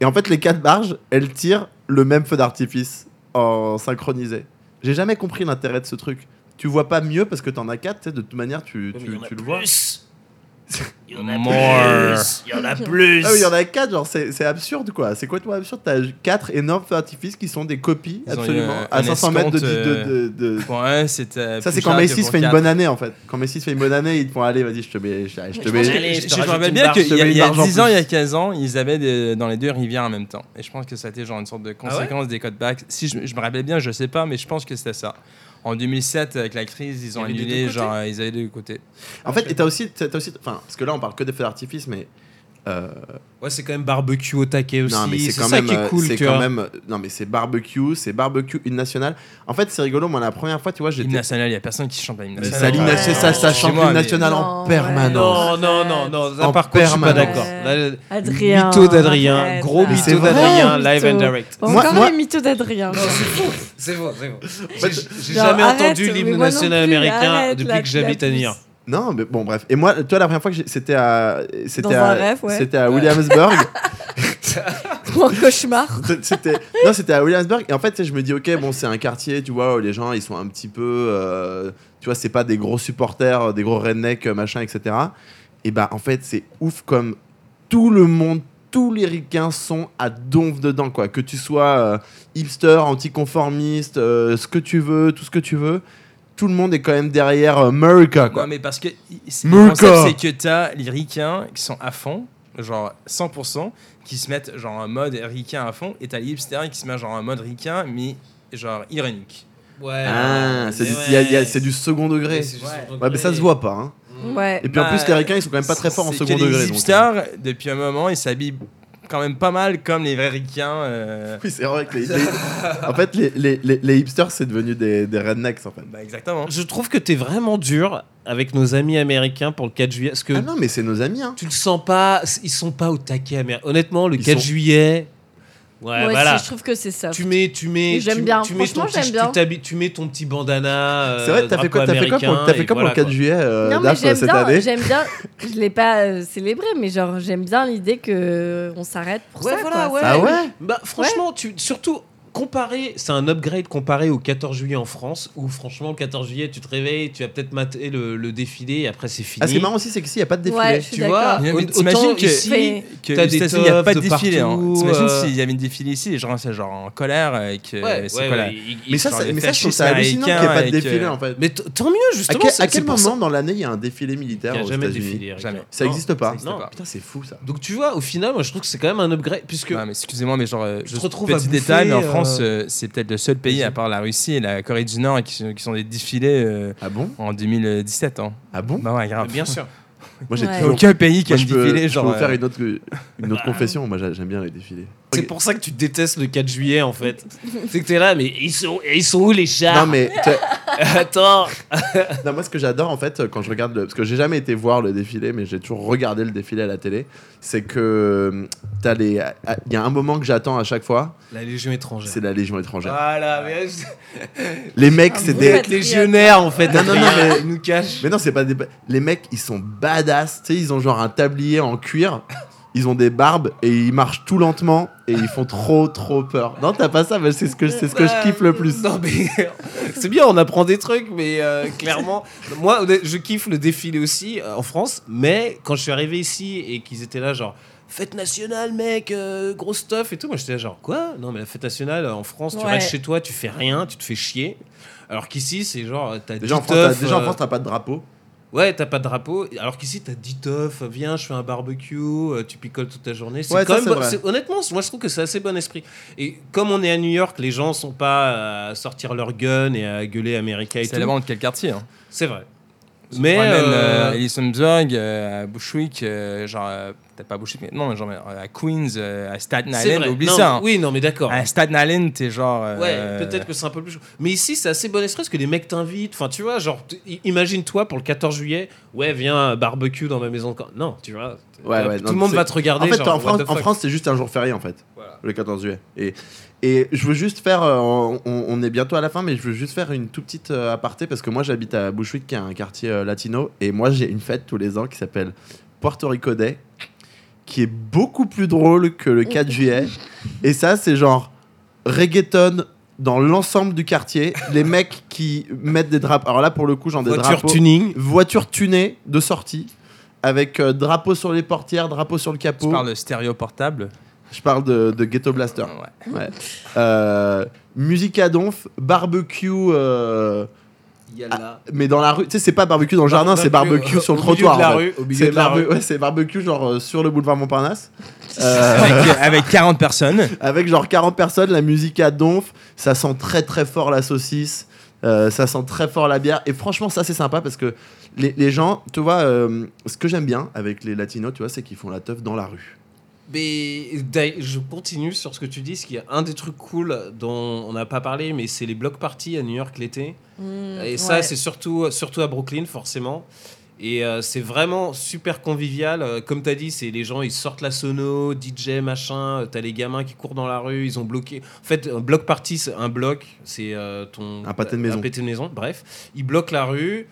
[SPEAKER 4] Et en fait, les quatre barges, elles tirent le même feu d'artifice en synchronisé. J'ai jamais compris l'intérêt de ce truc. Tu vois pas mieux parce que t'en as quatre, tu sais, de toute manière, tu, tu, tu le vois.
[SPEAKER 7] Il y
[SPEAKER 8] en a More.
[SPEAKER 7] Ah Il y en a plus
[SPEAKER 4] Ah oui, il y en a quatre, genre c'est c'est absurde quoi. C'est complètement absurde. T'as quatre énormes feux d'artifice qui sont des copies,
[SPEAKER 8] Ils ont eu
[SPEAKER 4] absolument,
[SPEAKER 8] un-
[SPEAKER 4] à
[SPEAKER 8] un
[SPEAKER 4] 500 mètres de,
[SPEAKER 8] escompte,
[SPEAKER 4] de- de- de-
[SPEAKER 8] pour un, c'est, euh,
[SPEAKER 4] Ça,
[SPEAKER 8] plus
[SPEAKER 4] c'est quand
[SPEAKER 8] cher que
[SPEAKER 4] Messi se
[SPEAKER 8] pour
[SPEAKER 4] fait une
[SPEAKER 8] quatre.
[SPEAKER 4] bonne année en fait. Quand Messi se fait une bonne année, ils te font aller, vas-y, je te mets. Je, je te mets.
[SPEAKER 8] Je,
[SPEAKER 7] je
[SPEAKER 8] je, me
[SPEAKER 7] te rajoute
[SPEAKER 8] rappelle
[SPEAKER 7] une
[SPEAKER 8] bien
[SPEAKER 7] barre,
[SPEAKER 8] qu'il y a,
[SPEAKER 4] je te
[SPEAKER 8] il y a
[SPEAKER 4] mets une barre en
[SPEAKER 8] 10 ans,
[SPEAKER 4] plus.
[SPEAKER 8] il y a 15 ans, ils avaient des- dans les deux rivières en même temps. Et je pense que ça a été genre une sorte de conséquence des cutbacks. Si je, je me rappelle bien, je sais pas, mais je pense que c'était ça. En 2007, avec la crise, ils ont
[SPEAKER 7] Il y avait des
[SPEAKER 8] annulé,
[SPEAKER 7] deux côtés.
[SPEAKER 8] genre, euh, ils avaient des deux côtés.
[SPEAKER 4] En fait, et t'as aussi, t'as t'as aussi, enfin, parce que là on parle que des feux d'artifice, mais euh,
[SPEAKER 7] Ouais, c'est quand même barbecue au taquet aussi.
[SPEAKER 4] non, mais c'est
[SPEAKER 7] c'est
[SPEAKER 4] quand
[SPEAKER 7] ça
[SPEAKER 4] même,
[SPEAKER 7] qui est
[SPEAKER 4] euh,
[SPEAKER 7] cool,
[SPEAKER 4] c'est
[SPEAKER 7] tu
[SPEAKER 4] quand
[SPEAKER 7] vois.
[SPEAKER 4] même, non mais c'est barbecue, c'est barbecue une nationale. En fait, c'est rigolo. Moi, la première fois, tu vois,
[SPEAKER 8] L'hymne
[SPEAKER 4] j'étais,
[SPEAKER 8] national, il y a personne qui chante l'hymne
[SPEAKER 4] Mais
[SPEAKER 8] national.
[SPEAKER 4] ça,
[SPEAKER 6] non,
[SPEAKER 4] l'hymne-
[SPEAKER 6] non,
[SPEAKER 4] c'est ça, ça chante
[SPEAKER 8] Excusez-moi,
[SPEAKER 4] l'hymne
[SPEAKER 8] mais-
[SPEAKER 4] nationale en
[SPEAKER 6] Non,
[SPEAKER 4] permanence.
[SPEAKER 7] Non, non, non, non, là,
[SPEAKER 4] En
[SPEAKER 7] par contre, je suis pas
[SPEAKER 4] permanence.
[SPEAKER 7] d'accord. Là,
[SPEAKER 6] Adrien.
[SPEAKER 7] mytho d'Adrien,
[SPEAKER 6] arrête,
[SPEAKER 7] gros
[SPEAKER 6] là.
[SPEAKER 4] Mais c'est
[SPEAKER 7] mytho
[SPEAKER 4] vrai,
[SPEAKER 7] d'Adrien,
[SPEAKER 6] mytho.
[SPEAKER 7] live and direct.
[SPEAKER 6] Encore
[SPEAKER 4] Moi- moi-
[SPEAKER 6] les mythos d'Adrien.
[SPEAKER 7] C'est bon, c'est bon. J'ai
[SPEAKER 6] Genre,
[SPEAKER 7] jamais
[SPEAKER 6] arrête,
[SPEAKER 7] entendu
[SPEAKER 6] mais
[SPEAKER 7] l'hymne
[SPEAKER 6] moi non
[SPEAKER 7] national
[SPEAKER 6] plus,
[SPEAKER 7] américain
[SPEAKER 6] arrête,
[SPEAKER 7] depuis
[SPEAKER 6] là,
[SPEAKER 7] que
[SPEAKER 6] tu l'as
[SPEAKER 7] j'habite à New
[SPEAKER 6] tous.
[SPEAKER 7] York.
[SPEAKER 4] Non, mais bon, bref. Et moi, toi, la première fois que j'ai- c'était à, c'était
[SPEAKER 6] Dans
[SPEAKER 4] à,
[SPEAKER 6] un rêve, ouais.
[SPEAKER 4] c'était à Williamsburg.
[SPEAKER 6] Ou un cauchemar.
[SPEAKER 4] c'était non c'était à Williamsburg et en fait tu sais, je me dis ok bon c'est un quartier tu vois où les gens ils sont un petit peu euh, tu vois c'est pas des gros supporters des gros rednecks euh, machin etc et bah en fait c'est ouf comme tout le monde tous les ricains sont à donf dedans quoi que tu sois euh, hipster anticonformiste euh, ce que tu veux tout ce que tu veux tout le monde est quand même derrière euh, America quoi
[SPEAKER 8] Non, mais parce que i- c'est- le
[SPEAKER 4] Murka.
[SPEAKER 8] concept, c'est que t'as les ricains qui sont à fond, genre 100%, qui se mettent genre en mode ricain à fond, et t'as les hipsters qui se mettent genre en mode ricain, mais genre ironique.
[SPEAKER 7] Ouais.
[SPEAKER 4] Ah, c'est du, il y a- il y a- c'est du second degré ouais mais ça se voit pas hein.
[SPEAKER 7] Mm.
[SPEAKER 6] Ouais.
[SPEAKER 4] et puis en
[SPEAKER 8] Bah,
[SPEAKER 4] plus les ricains ils sont quand même pas très forts en
[SPEAKER 8] C'est
[SPEAKER 4] second
[SPEAKER 8] que
[SPEAKER 4] degré
[SPEAKER 8] Les
[SPEAKER 4] donc. euh,
[SPEAKER 8] hipsters, depuis un moment, ils s'habillent quand même pas mal comme les vrais ricains. euh,
[SPEAKER 4] Oui, c'est vrai que les, les- en fait, les, les, les, les hipsters, c'est devenu des, des rednecks, en fait.
[SPEAKER 8] Bah, exactement.
[SPEAKER 7] Hein Je trouve que t'es vraiment dur avec nos amis américains pour le 4 juillet. Parce que
[SPEAKER 4] Ah non, mais c'est nos amis, hein.
[SPEAKER 7] tu le sens pas, ils sont pas au taquet américain. Honnêtement, le
[SPEAKER 4] Ils
[SPEAKER 7] 4
[SPEAKER 4] sont-
[SPEAKER 7] juillet. Ouais,
[SPEAKER 6] Moi
[SPEAKER 7] voilà.
[SPEAKER 6] aussi, je trouve que c'est ça.
[SPEAKER 7] Tu mets, tu mets,
[SPEAKER 6] Et j'aime
[SPEAKER 7] tu-
[SPEAKER 6] bien.
[SPEAKER 7] Tu mets ton
[SPEAKER 6] Franchement,
[SPEAKER 7] petit,
[SPEAKER 6] j'aime bien.
[SPEAKER 7] tu t'habilles- tu mets ton petit bandana. euh,
[SPEAKER 4] C'est vrai, t'as fait quoi,
[SPEAKER 7] drapeau
[SPEAKER 4] t'as fait quoi pour,
[SPEAKER 7] américain,
[SPEAKER 4] t'as fait
[SPEAKER 7] et
[SPEAKER 4] quoi pour
[SPEAKER 7] voilà,
[SPEAKER 4] le 4
[SPEAKER 7] quoi.
[SPEAKER 4] juillet euh,
[SPEAKER 6] Non, mais
[SPEAKER 4] Daph,
[SPEAKER 6] j'aime
[SPEAKER 4] cette
[SPEAKER 6] bien,
[SPEAKER 4] année
[SPEAKER 6] j'aime bien, je l'ai pas euh, célébré, mais genre j'aime bien l'idée que on s'arrête pour
[SPEAKER 7] Ouais,
[SPEAKER 6] ça.
[SPEAKER 7] voilà,
[SPEAKER 6] quoi.
[SPEAKER 7] ouais.
[SPEAKER 4] Ah ouais
[SPEAKER 7] Bah franchement, tu surtout comparé, c'est un upgrade comparé au 14 juillet en France où franchement le 14 juillet tu te réveilles, tu vas peut-être mater le, le défilé et après c'est fini.
[SPEAKER 4] Ah, ce qui est marrant aussi, c'est qu'ici, il n'y a pas de défilé.
[SPEAKER 6] Ouais, je suis
[SPEAKER 7] tu vois,
[SPEAKER 6] d'accord.
[SPEAKER 8] Mais
[SPEAKER 7] au-
[SPEAKER 8] t'imagines
[SPEAKER 7] autant
[SPEAKER 8] que-
[SPEAKER 7] ici, euh,
[SPEAKER 6] Fait-
[SPEAKER 8] Que
[SPEAKER 7] T'as
[SPEAKER 8] aux
[SPEAKER 7] des
[SPEAKER 8] États-Unis, il n'y a
[SPEAKER 7] teufs
[SPEAKER 8] pas de,
[SPEAKER 7] de
[SPEAKER 8] défilé. hein.
[SPEAKER 7] partout,
[SPEAKER 8] T'imagines
[SPEAKER 7] euh,
[SPEAKER 8] s'il y avait une défilé ici, les gens c'est genre en colère euh, et que
[SPEAKER 7] ouais,
[SPEAKER 8] c'est
[SPEAKER 7] ouais,
[SPEAKER 8] colère.
[SPEAKER 7] ouais, il- il-
[SPEAKER 4] mais ça,
[SPEAKER 8] Genre
[SPEAKER 4] c'est-
[SPEAKER 8] les
[SPEAKER 4] mais ça, je trouve ça
[SPEAKER 8] fascistes
[SPEAKER 4] hallucinant qu'il n'y ait pas de
[SPEAKER 8] américains avec,
[SPEAKER 4] défilé,
[SPEAKER 8] euh,
[SPEAKER 4] en fait.
[SPEAKER 7] mais t- tant mieux
[SPEAKER 4] À
[SPEAKER 7] justement.
[SPEAKER 4] quel,
[SPEAKER 7] c'est-
[SPEAKER 4] à quel
[SPEAKER 7] c'est pour
[SPEAKER 4] moment
[SPEAKER 7] ça
[SPEAKER 4] dans l'année il y a un défilé
[SPEAKER 7] qu'il
[SPEAKER 4] militaire
[SPEAKER 7] y a
[SPEAKER 4] aux
[SPEAKER 7] jamais de
[SPEAKER 4] États-Unis
[SPEAKER 7] défilé Eric.
[SPEAKER 8] Jamais.
[SPEAKER 4] Ça n'existe pas.
[SPEAKER 8] existe
[SPEAKER 7] Non.
[SPEAKER 8] pas.
[SPEAKER 4] Putain, c'est fou ça.
[SPEAKER 7] Donc tu vois, au final, moi je trouve que c'est quand même un upgrade puisque
[SPEAKER 8] Non, mais excusez-moi, mais genre, euh,
[SPEAKER 7] te
[SPEAKER 8] juste
[SPEAKER 7] retrouves à
[SPEAKER 8] petit
[SPEAKER 7] bouffer,
[SPEAKER 8] détail, mais en
[SPEAKER 7] euh,
[SPEAKER 8] France, euh, c'est peut-être le seul pays,
[SPEAKER 7] vas-y.
[SPEAKER 8] à part la Russie et la Corée du Nord, qui, sont- qui sont des défilés euh,
[SPEAKER 4] Ah bon
[SPEAKER 8] en 2017. Hein.
[SPEAKER 4] Ah bon Moi,
[SPEAKER 8] Bah ouais, grave.
[SPEAKER 7] bien sûr.
[SPEAKER 4] j'ai
[SPEAKER 6] Ouais.
[SPEAKER 4] toujours.
[SPEAKER 8] Aucun pays qui
[SPEAKER 4] Moi,
[SPEAKER 8] a
[SPEAKER 4] je
[SPEAKER 8] un
[SPEAKER 4] peux,
[SPEAKER 8] défilé,
[SPEAKER 4] je peux vous
[SPEAKER 8] genre.
[SPEAKER 4] faire
[SPEAKER 8] euh,
[SPEAKER 4] une autre, une autre confession. Moi, j'a- j'aime bien les défilés.
[SPEAKER 7] C'est
[SPEAKER 4] Ok.
[SPEAKER 7] pour ça que tu détestes le 4 juillet en fait. c'est que t'es là, mais ils sont, ils sont où les chars
[SPEAKER 4] Non, mais tu-
[SPEAKER 7] Attends.
[SPEAKER 4] Non, moi, ce que j'adore, en fait, quand je regarde, le- parce que j'ai jamais été voir le défilé, mais j'ai toujours regardé le défilé à la télé, c'est que euh, t'as les, à- à- il y a un moment que j'attends à chaque fois,
[SPEAKER 7] La Légion étrangère.
[SPEAKER 4] c'est la Légion étrangère.
[SPEAKER 7] Voilà, mais
[SPEAKER 4] Les mecs,
[SPEAKER 6] Ah,
[SPEAKER 4] c'est
[SPEAKER 6] vous
[SPEAKER 4] des,
[SPEAKER 6] faites-
[SPEAKER 7] légionnaires en fait.
[SPEAKER 4] Non, non, non, mais-
[SPEAKER 7] ils nous cachent.
[SPEAKER 4] mais non, c'est pas des, les mecs, ils sont badass, tu sais, ils ont genre un tablier en cuir, ils ont des barbes et ils marchent tout lentement et ils font trop, trop peur. Non, t'as pas ça, mais c'est ce que, c'est ce que je kiffe le plus.
[SPEAKER 7] Euh, bah, Non, mais c'est bien, on apprend des trucs, mais euh, clairement, moi, honnêt- je kiffe le défilé aussi euh, en France, mais quand je suis arrivé ici et qu'ils étaient là, genre, fête nationale, mec, euh, gros stuff et tout, moi, j'étais là, genre, quoi Non, mais la fête nationale euh, en France, tu
[SPEAKER 6] Ouais.
[SPEAKER 7] restes chez toi, tu fais rien, tu te fais chier. Alors qu'ici, c'est genre, euh, t'as
[SPEAKER 4] Déjà en
[SPEAKER 7] dix
[SPEAKER 4] France, t'as,
[SPEAKER 7] teufs,
[SPEAKER 4] déjà en
[SPEAKER 7] euh,
[SPEAKER 4] France, t'as pas de drapeau.
[SPEAKER 7] Ouais, t'as pas de drapeau, alors qu'ici t'as 10 teufs, viens, je fais un barbecue, euh, tu picoles toute la journée. C'est
[SPEAKER 4] Ouais, ça,
[SPEAKER 7] quand même
[SPEAKER 4] c'est
[SPEAKER 7] bon-
[SPEAKER 4] vrai.
[SPEAKER 7] c'est- honnêtement, moi je trouve que c'est assez bon esprit. Et comme on est à New York, les gens sont pas à sortir leur gun et à gueuler américain et
[SPEAKER 8] C'est
[SPEAKER 7] tout.
[SPEAKER 8] la vente de quel quartier hein.
[SPEAKER 7] C'est vrai.
[SPEAKER 8] Ça
[SPEAKER 7] Mais,
[SPEAKER 8] te ramène,
[SPEAKER 7] euh,
[SPEAKER 8] euh, à Ellisonburg, euh, à Bushwick, euh, genre euh, peut-être pas Bushwick, mais non, genre euh, à Queens, euh, à Staten
[SPEAKER 7] C'est
[SPEAKER 8] Island,
[SPEAKER 7] vrai.
[SPEAKER 8] oublie
[SPEAKER 7] Non,
[SPEAKER 8] ça. hein.
[SPEAKER 7] Oui, non, mais d'accord.
[SPEAKER 8] À Staten Island, t'es genre. euh,
[SPEAKER 7] Ouais, peut-être que c'est un peu plus chaud. Mais ici, c'est assez bon esprit parce que les mecs t'invitent. Enfin, tu vois, genre, t- i- imagine-toi pour le 14 juillet, ouais, viens euh, barbecue dans ma maison. Quand- Non, tu vois, t-
[SPEAKER 4] Ouais,
[SPEAKER 7] t-
[SPEAKER 4] ouais,
[SPEAKER 7] tout
[SPEAKER 4] non,
[SPEAKER 7] le monde
[SPEAKER 4] c'est-
[SPEAKER 7] va te regarder.
[SPEAKER 4] En fait,
[SPEAKER 7] genre,
[SPEAKER 4] en
[SPEAKER 7] what
[SPEAKER 4] France,
[SPEAKER 7] the
[SPEAKER 4] en
[SPEAKER 7] fuck.
[SPEAKER 4] France, c'est juste un jour férié en fait,
[SPEAKER 8] Voilà.
[SPEAKER 4] le 14 juillet. Et, et je veux juste faire, euh, on, on- on est bientôt à la fin, mais je veux juste faire une toute petite euh, aparté parce que moi j'habite à Bushwick, qui est un quartier euh, latino, et moi j'ai une fête tous les ans qui s'appelle Puerto Rico Day, qui est beaucoup plus drôle que le 4 juillet. Et ça, c'est genre reggaeton dans l'ensemble du quartier, les mecs qui mettent des drapeaux. Alors là, pour le coup, genre des
[SPEAKER 7] voiture
[SPEAKER 4] drapeaux
[SPEAKER 7] tuning.
[SPEAKER 4] voiture tunée de sortie avec euh, drapeau sur les portières, drapeau sur le
[SPEAKER 8] Tu
[SPEAKER 4] capot.
[SPEAKER 8] parles de stéréo portable.
[SPEAKER 4] Je parle de, de Ghetto Blaster.
[SPEAKER 8] Ouais.
[SPEAKER 4] Ouais. Euh, musique à donf, barbecue, euh, mais dans la rue. Tu sais, c'est pas barbecue dans le jardin, Ah, c'est barbecue sur le trottoir. en fait. C'est
[SPEAKER 7] de la
[SPEAKER 4] barbe-
[SPEAKER 7] rue.
[SPEAKER 4] ouais, c'est barbecue genre euh, sur le boulevard Montparnasse.
[SPEAKER 8] Avec, euh, avec 40 personnes.
[SPEAKER 4] avec genre 40 personnes, la musique à donf, ça sent très très fort la saucisse, euh, ça sent très fort la bière, et franchement ça c'est sympa parce que les, les gens, tu vois, euh, ce que j'aime bien avec les latinos, tu vois, c'est qu'ils font la teuf dans la rue.
[SPEAKER 7] Mais d'ailleurs, je continue sur ce que tu dis, ce qui est un des trucs cool dont on n'a pas parlé, mais c'est les blocs parties à New York l'été.
[SPEAKER 6] euh, Mm,
[SPEAKER 7] Et ça, c'est surtout, surtout à Brooklyn, forcément. Et euh, c'est vraiment super convivial. Euh, Comme tu as dit, c'est les gens, ils sortent la sono, DJ, machin. Euh, T'as les gamins qui courent dans la rue, ils ont bloqué. En fait, un bloc party, c'est un bloc, c'est euh, ton.
[SPEAKER 4] Un pâté de maison.
[SPEAKER 7] Un pâté de maison, bref. Ils bloquent la rue.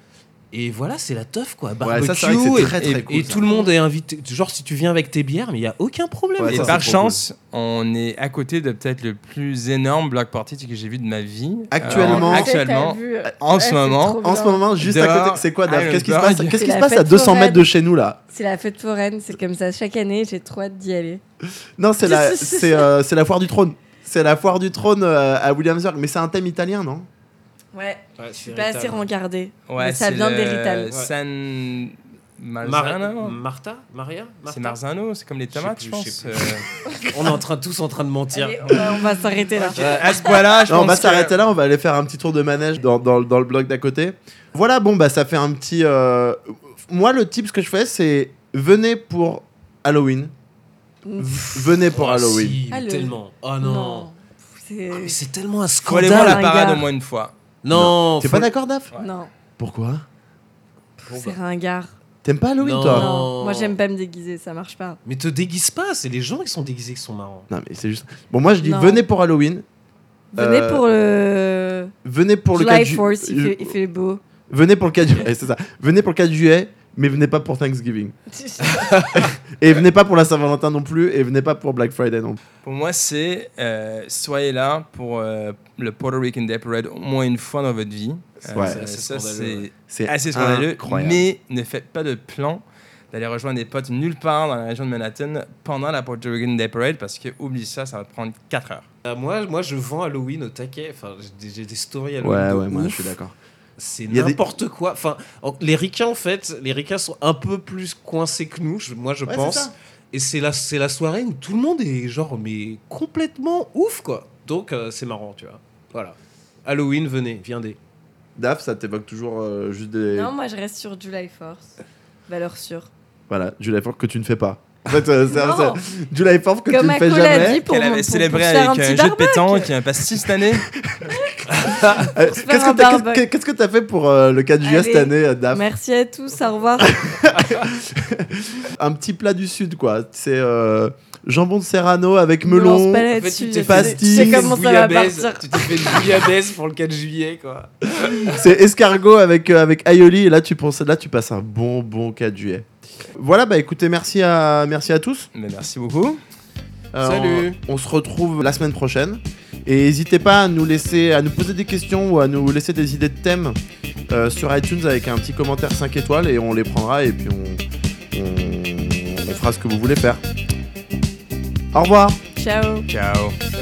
[SPEAKER 7] Et voilà, c'est la teuf, quoi.
[SPEAKER 4] Ouais,
[SPEAKER 7] Barbecue.
[SPEAKER 4] ça, c'est vrai que c'est
[SPEAKER 7] et-
[SPEAKER 4] très, très
[SPEAKER 7] et,
[SPEAKER 4] cool,
[SPEAKER 7] et
[SPEAKER 4] ça.
[SPEAKER 7] tout le monde est invité. Genre, si tu viens avec tes bières, mais il n'y a aucun problème.
[SPEAKER 4] Ouais,
[SPEAKER 8] et
[SPEAKER 4] ça,
[SPEAKER 8] par
[SPEAKER 4] c'est trop
[SPEAKER 8] chance, on est à côté de peut-être le plus énorme block party que j'ai vu de ma vie.
[SPEAKER 4] Actuellement.
[SPEAKER 8] Euh, actuellement. En ce moment.
[SPEAKER 4] En ce moment, juste à
[SPEAKER 8] Dehors,
[SPEAKER 4] côté, c'est quoi, Dave Qu'est-ce qui se
[SPEAKER 8] Heidelberg.
[SPEAKER 4] passe, qu'est-ce
[SPEAKER 6] Oh, C'est
[SPEAKER 4] qui se
[SPEAKER 6] la
[SPEAKER 4] passe à
[SPEAKER 6] fête
[SPEAKER 4] 200 mètres
[SPEAKER 6] foraine.
[SPEAKER 4] de chez nous là
[SPEAKER 6] C'est la fête foraine, c'est comme ça. Chaque année, j'ai trop hâte d'y aller.
[SPEAKER 4] Non, c'est la, c'est, euh, c'est la foire du trône. C'est la foire du trône euh, à Williamsburg, mais c'est un thème italien, non
[SPEAKER 6] Ouais,
[SPEAKER 7] je
[SPEAKER 6] je suis pas assez rencardée.
[SPEAKER 8] Ouais,
[SPEAKER 6] Mais ça
[SPEAKER 8] c'est
[SPEAKER 6] vient
[SPEAKER 8] le
[SPEAKER 6] d'Hérital. Ouais.
[SPEAKER 8] San Marzano.
[SPEAKER 7] Martha Maria
[SPEAKER 8] C'est
[SPEAKER 7] Martha
[SPEAKER 8] Marzano, c'est comme les tomates, je
[SPEAKER 7] plus, je
[SPEAKER 8] pense. Euh,
[SPEAKER 7] sais On est en train, tous en train de mentir.
[SPEAKER 6] Allez, on va- on va s'arrêter là.
[SPEAKER 8] Euh, à ce point-là, je
[SPEAKER 4] Non,
[SPEAKER 8] pense
[SPEAKER 4] on va s'arrêter
[SPEAKER 8] que-
[SPEAKER 4] là, on va aller faire un petit tour de manège dans, dans- dans le bloc d'à côté. Voilà, bon, bah ça fait un petit. euh, Moi, le tip, ce que je fais, c'est venez pour Halloween. V- Venez pour
[SPEAKER 7] Oh,
[SPEAKER 4] Halloween.
[SPEAKER 7] si,
[SPEAKER 6] Allô.
[SPEAKER 7] tellement. Oh non.
[SPEAKER 6] Pff, c'est-
[SPEAKER 7] Ah, mais c'est tellement un
[SPEAKER 8] Faut aller voir
[SPEAKER 7] scandale.
[SPEAKER 8] la
[SPEAKER 6] Ringard.
[SPEAKER 8] parade au moins une fois.
[SPEAKER 7] Non.
[SPEAKER 4] T'es
[SPEAKER 7] faut-
[SPEAKER 4] pas d'accord, Daf
[SPEAKER 8] Ouais.
[SPEAKER 6] Non,
[SPEAKER 4] Pourquoi
[SPEAKER 6] pff, c'est
[SPEAKER 7] bah.
[SPEAKER 6] ringard.
[SPEAKER 4] T'aimes pas Halloween,
[SPEAKER 7] Non.
[SPEAKER 4] toi
[SPEAKER 7] Oh.
[SPEAKER 6] Non, moi j'aime pas me déguiser, ça marche pas.
[SPEAKER 7] Mais te déguise pas, c'est les gens qui sont déguisés qui sont marrants.
[SPEAKER 4] Non, mais c'est juste. Bon, moi, je dis
[SPEAKER 6] Non.
[SPEAKER 4] venez pour Halloween.
[SPEAKER 6] Venez
[SPEAKER 4] Euh,
[SPEAKER 6] pour le
[SPEAKER 4] Venez pour le 4
[SPEAKER 6] July
[SPEAKER 4] ju- euh,
[SPEAKER 6] 4th, il,
[SPEAKER 4] ju-
[SPEAKER 6] fait, il fait beau.
[SPEAKER 4] Venez pour le 4 juillet, c'est ça. Venez pour le 4 juillet, mais venez pas pour Thanksgiving. Et venez pas pour la Saint-Valentin non plus, et venez pas pour Black Friday non plus.
[SPEAKER 8] Pour moi, c'est euh, soyez là pour euh, le Puerto Rican Day Parade au moins une fois dans votre vie. Euh,
[SPEAKER 4] Ouais.
[SPEAKER 8] ça,
[SPEAKER 7] C'est assez
[SPEAKER 8] Ah,
[SPEAKER 7] scandaleux,
[SPEAKER 8] c'est
[SPEAKER 7] ouais.
[SPEAKER 4] C'est
[SPEAKER 8] assez scandaleux.
[SPEAKER 4] incroyable.
[SPEAKER 8] Mais ne faites pas de plan d'aller rejoindre des potes nulle part dans la région de Manhattan pendant la Puerto Rican Day Parade parce que, oublie ça, ça va te prendre 4 heures.
[SPEAKER 7] Euh, moi, moi, je vends Halloween au taquet. Enfin, j'ai des- j'ai des
[SPEAKER 4] Ouais,
[SPEAKER 7] stories Halloween. de
[SPEAKER 4] ouais, moi,
[SPEAKER 7] ouf.
[SPEAKER 4] je suis d'accord.
[SPEAKER 7] C'est
[SPEAKER 4] Il y a des-
[SPEAKER 7] n'importe quoi. Enfin, en- les ricains, en fait, les ricains sont un peu plus coincés que nous, je- moi, je
[SPEAKER 4] Ouais, c'est
[SPEAKER 7] pense.
[SPEAKER 4] ça.
[SPEAKER 7] Et c'est la, c'est la soirée où tout le monde est genre, mais complètement ouf, quoi. Donc, euh, c'est marrant, tu vois. Voilà. Halloween, venez, viendez.
[SPEAKER 4] Daf, ça t'évoque toujours euh, juste des.
[SPEAKER 6] Non, moi je reste sur July 4th. Valeur sûre.
[SPEAKER 4] Voilà, July 4 que tu ne fais pas. En fait, euh, c'est-
[SPEAKER 6] Non.
[SPEAKER 4] c'est- July 4 que tu
[SPEAKER 6] Comme
[SPEAKER 4] ne fais
[SPEAKER 6] Akol a dit
[SPEAKER 4] jamais.
[SPEAKER 6] pour,
[SPEAKER 8] Qu'elle
[SPEAKER 6] mon-
[SPEAKER 8] avait
[SPEAKER 6] pour-
[SPEAKER 8] célébré
[SPEAKER 6] pour faire
[SPEAKER 8] avec
[SPEAKER 6] un
[SPEAKER 8] un,
[SPEAKER 6] petit
[SPEAKER 8] jeu de
[SPEAKER 6] barbecue.
[SPEAKER 8] pétanque et un pastis cette année.
[SPEAKER 4] Euh,
[SPEAKER 6] se
[SPEAKER 4] Qu'est-ce
[SPEAKER 6] faire un
[SPEAKER 4] que t'as-
[SPEAKER 6] barbecue.
[SPEAKER 4] qu'est-ce que qu'est-ce que t'as fait pour euh, le 4 juillet cette
[SPEAKER 6] Allez.
[SPEAKER 4] année, euh, Daf
[SPEAKER 6] Merci à tous, au revoir.
[SPEAKER 4] Un petit plat du sud, quoi. C'est euh, jambon de Serrano avec
[SPEAKER 6] Ne me lance
[SPEAKER 4] melon.
[SPEAKER 6] pas là-dessus.
[SPEAKER 7] tu
[SPEAKER 6] je
[SPEAKER 7] t'es
[SPEAKER 6] sais-
[SPEAKER 4] pastis.
[SPEAKER 6] je sais
[SPEAKER 4] Tu
[SPEAKER 6] comment ça va partir.
[SPEAKER 7] Tu t'es fait une bouillabaisse pour le 4 juillet, quoi.
[SPEAKER 4] C'est escargot avec, euh, avec aioli. Et là tu, penses, là, tu passes un bon, bon 4 juillet. Voilà, bah écoutez, merci à, merci à tous.
[SPEAKER 8] Mais merci beaucoup.
[SPEAKER 4] Euh,
[SPEAKER 7] Salut.
[SPEAKER 4] On, on se retrouve la semaine prochaine. Et n'hésitez pas à nous laisser, à nous poser des questions ou à nous laisser des idées de thèmes euh, sur iTunes avec un petit commentaire 5 étoiles et on les prendra et puis on, on, on fera ce que vous voulez faire. Au revoir.
[SPEAKER 6] Ciao.
[SPEAKER 8] Ciao.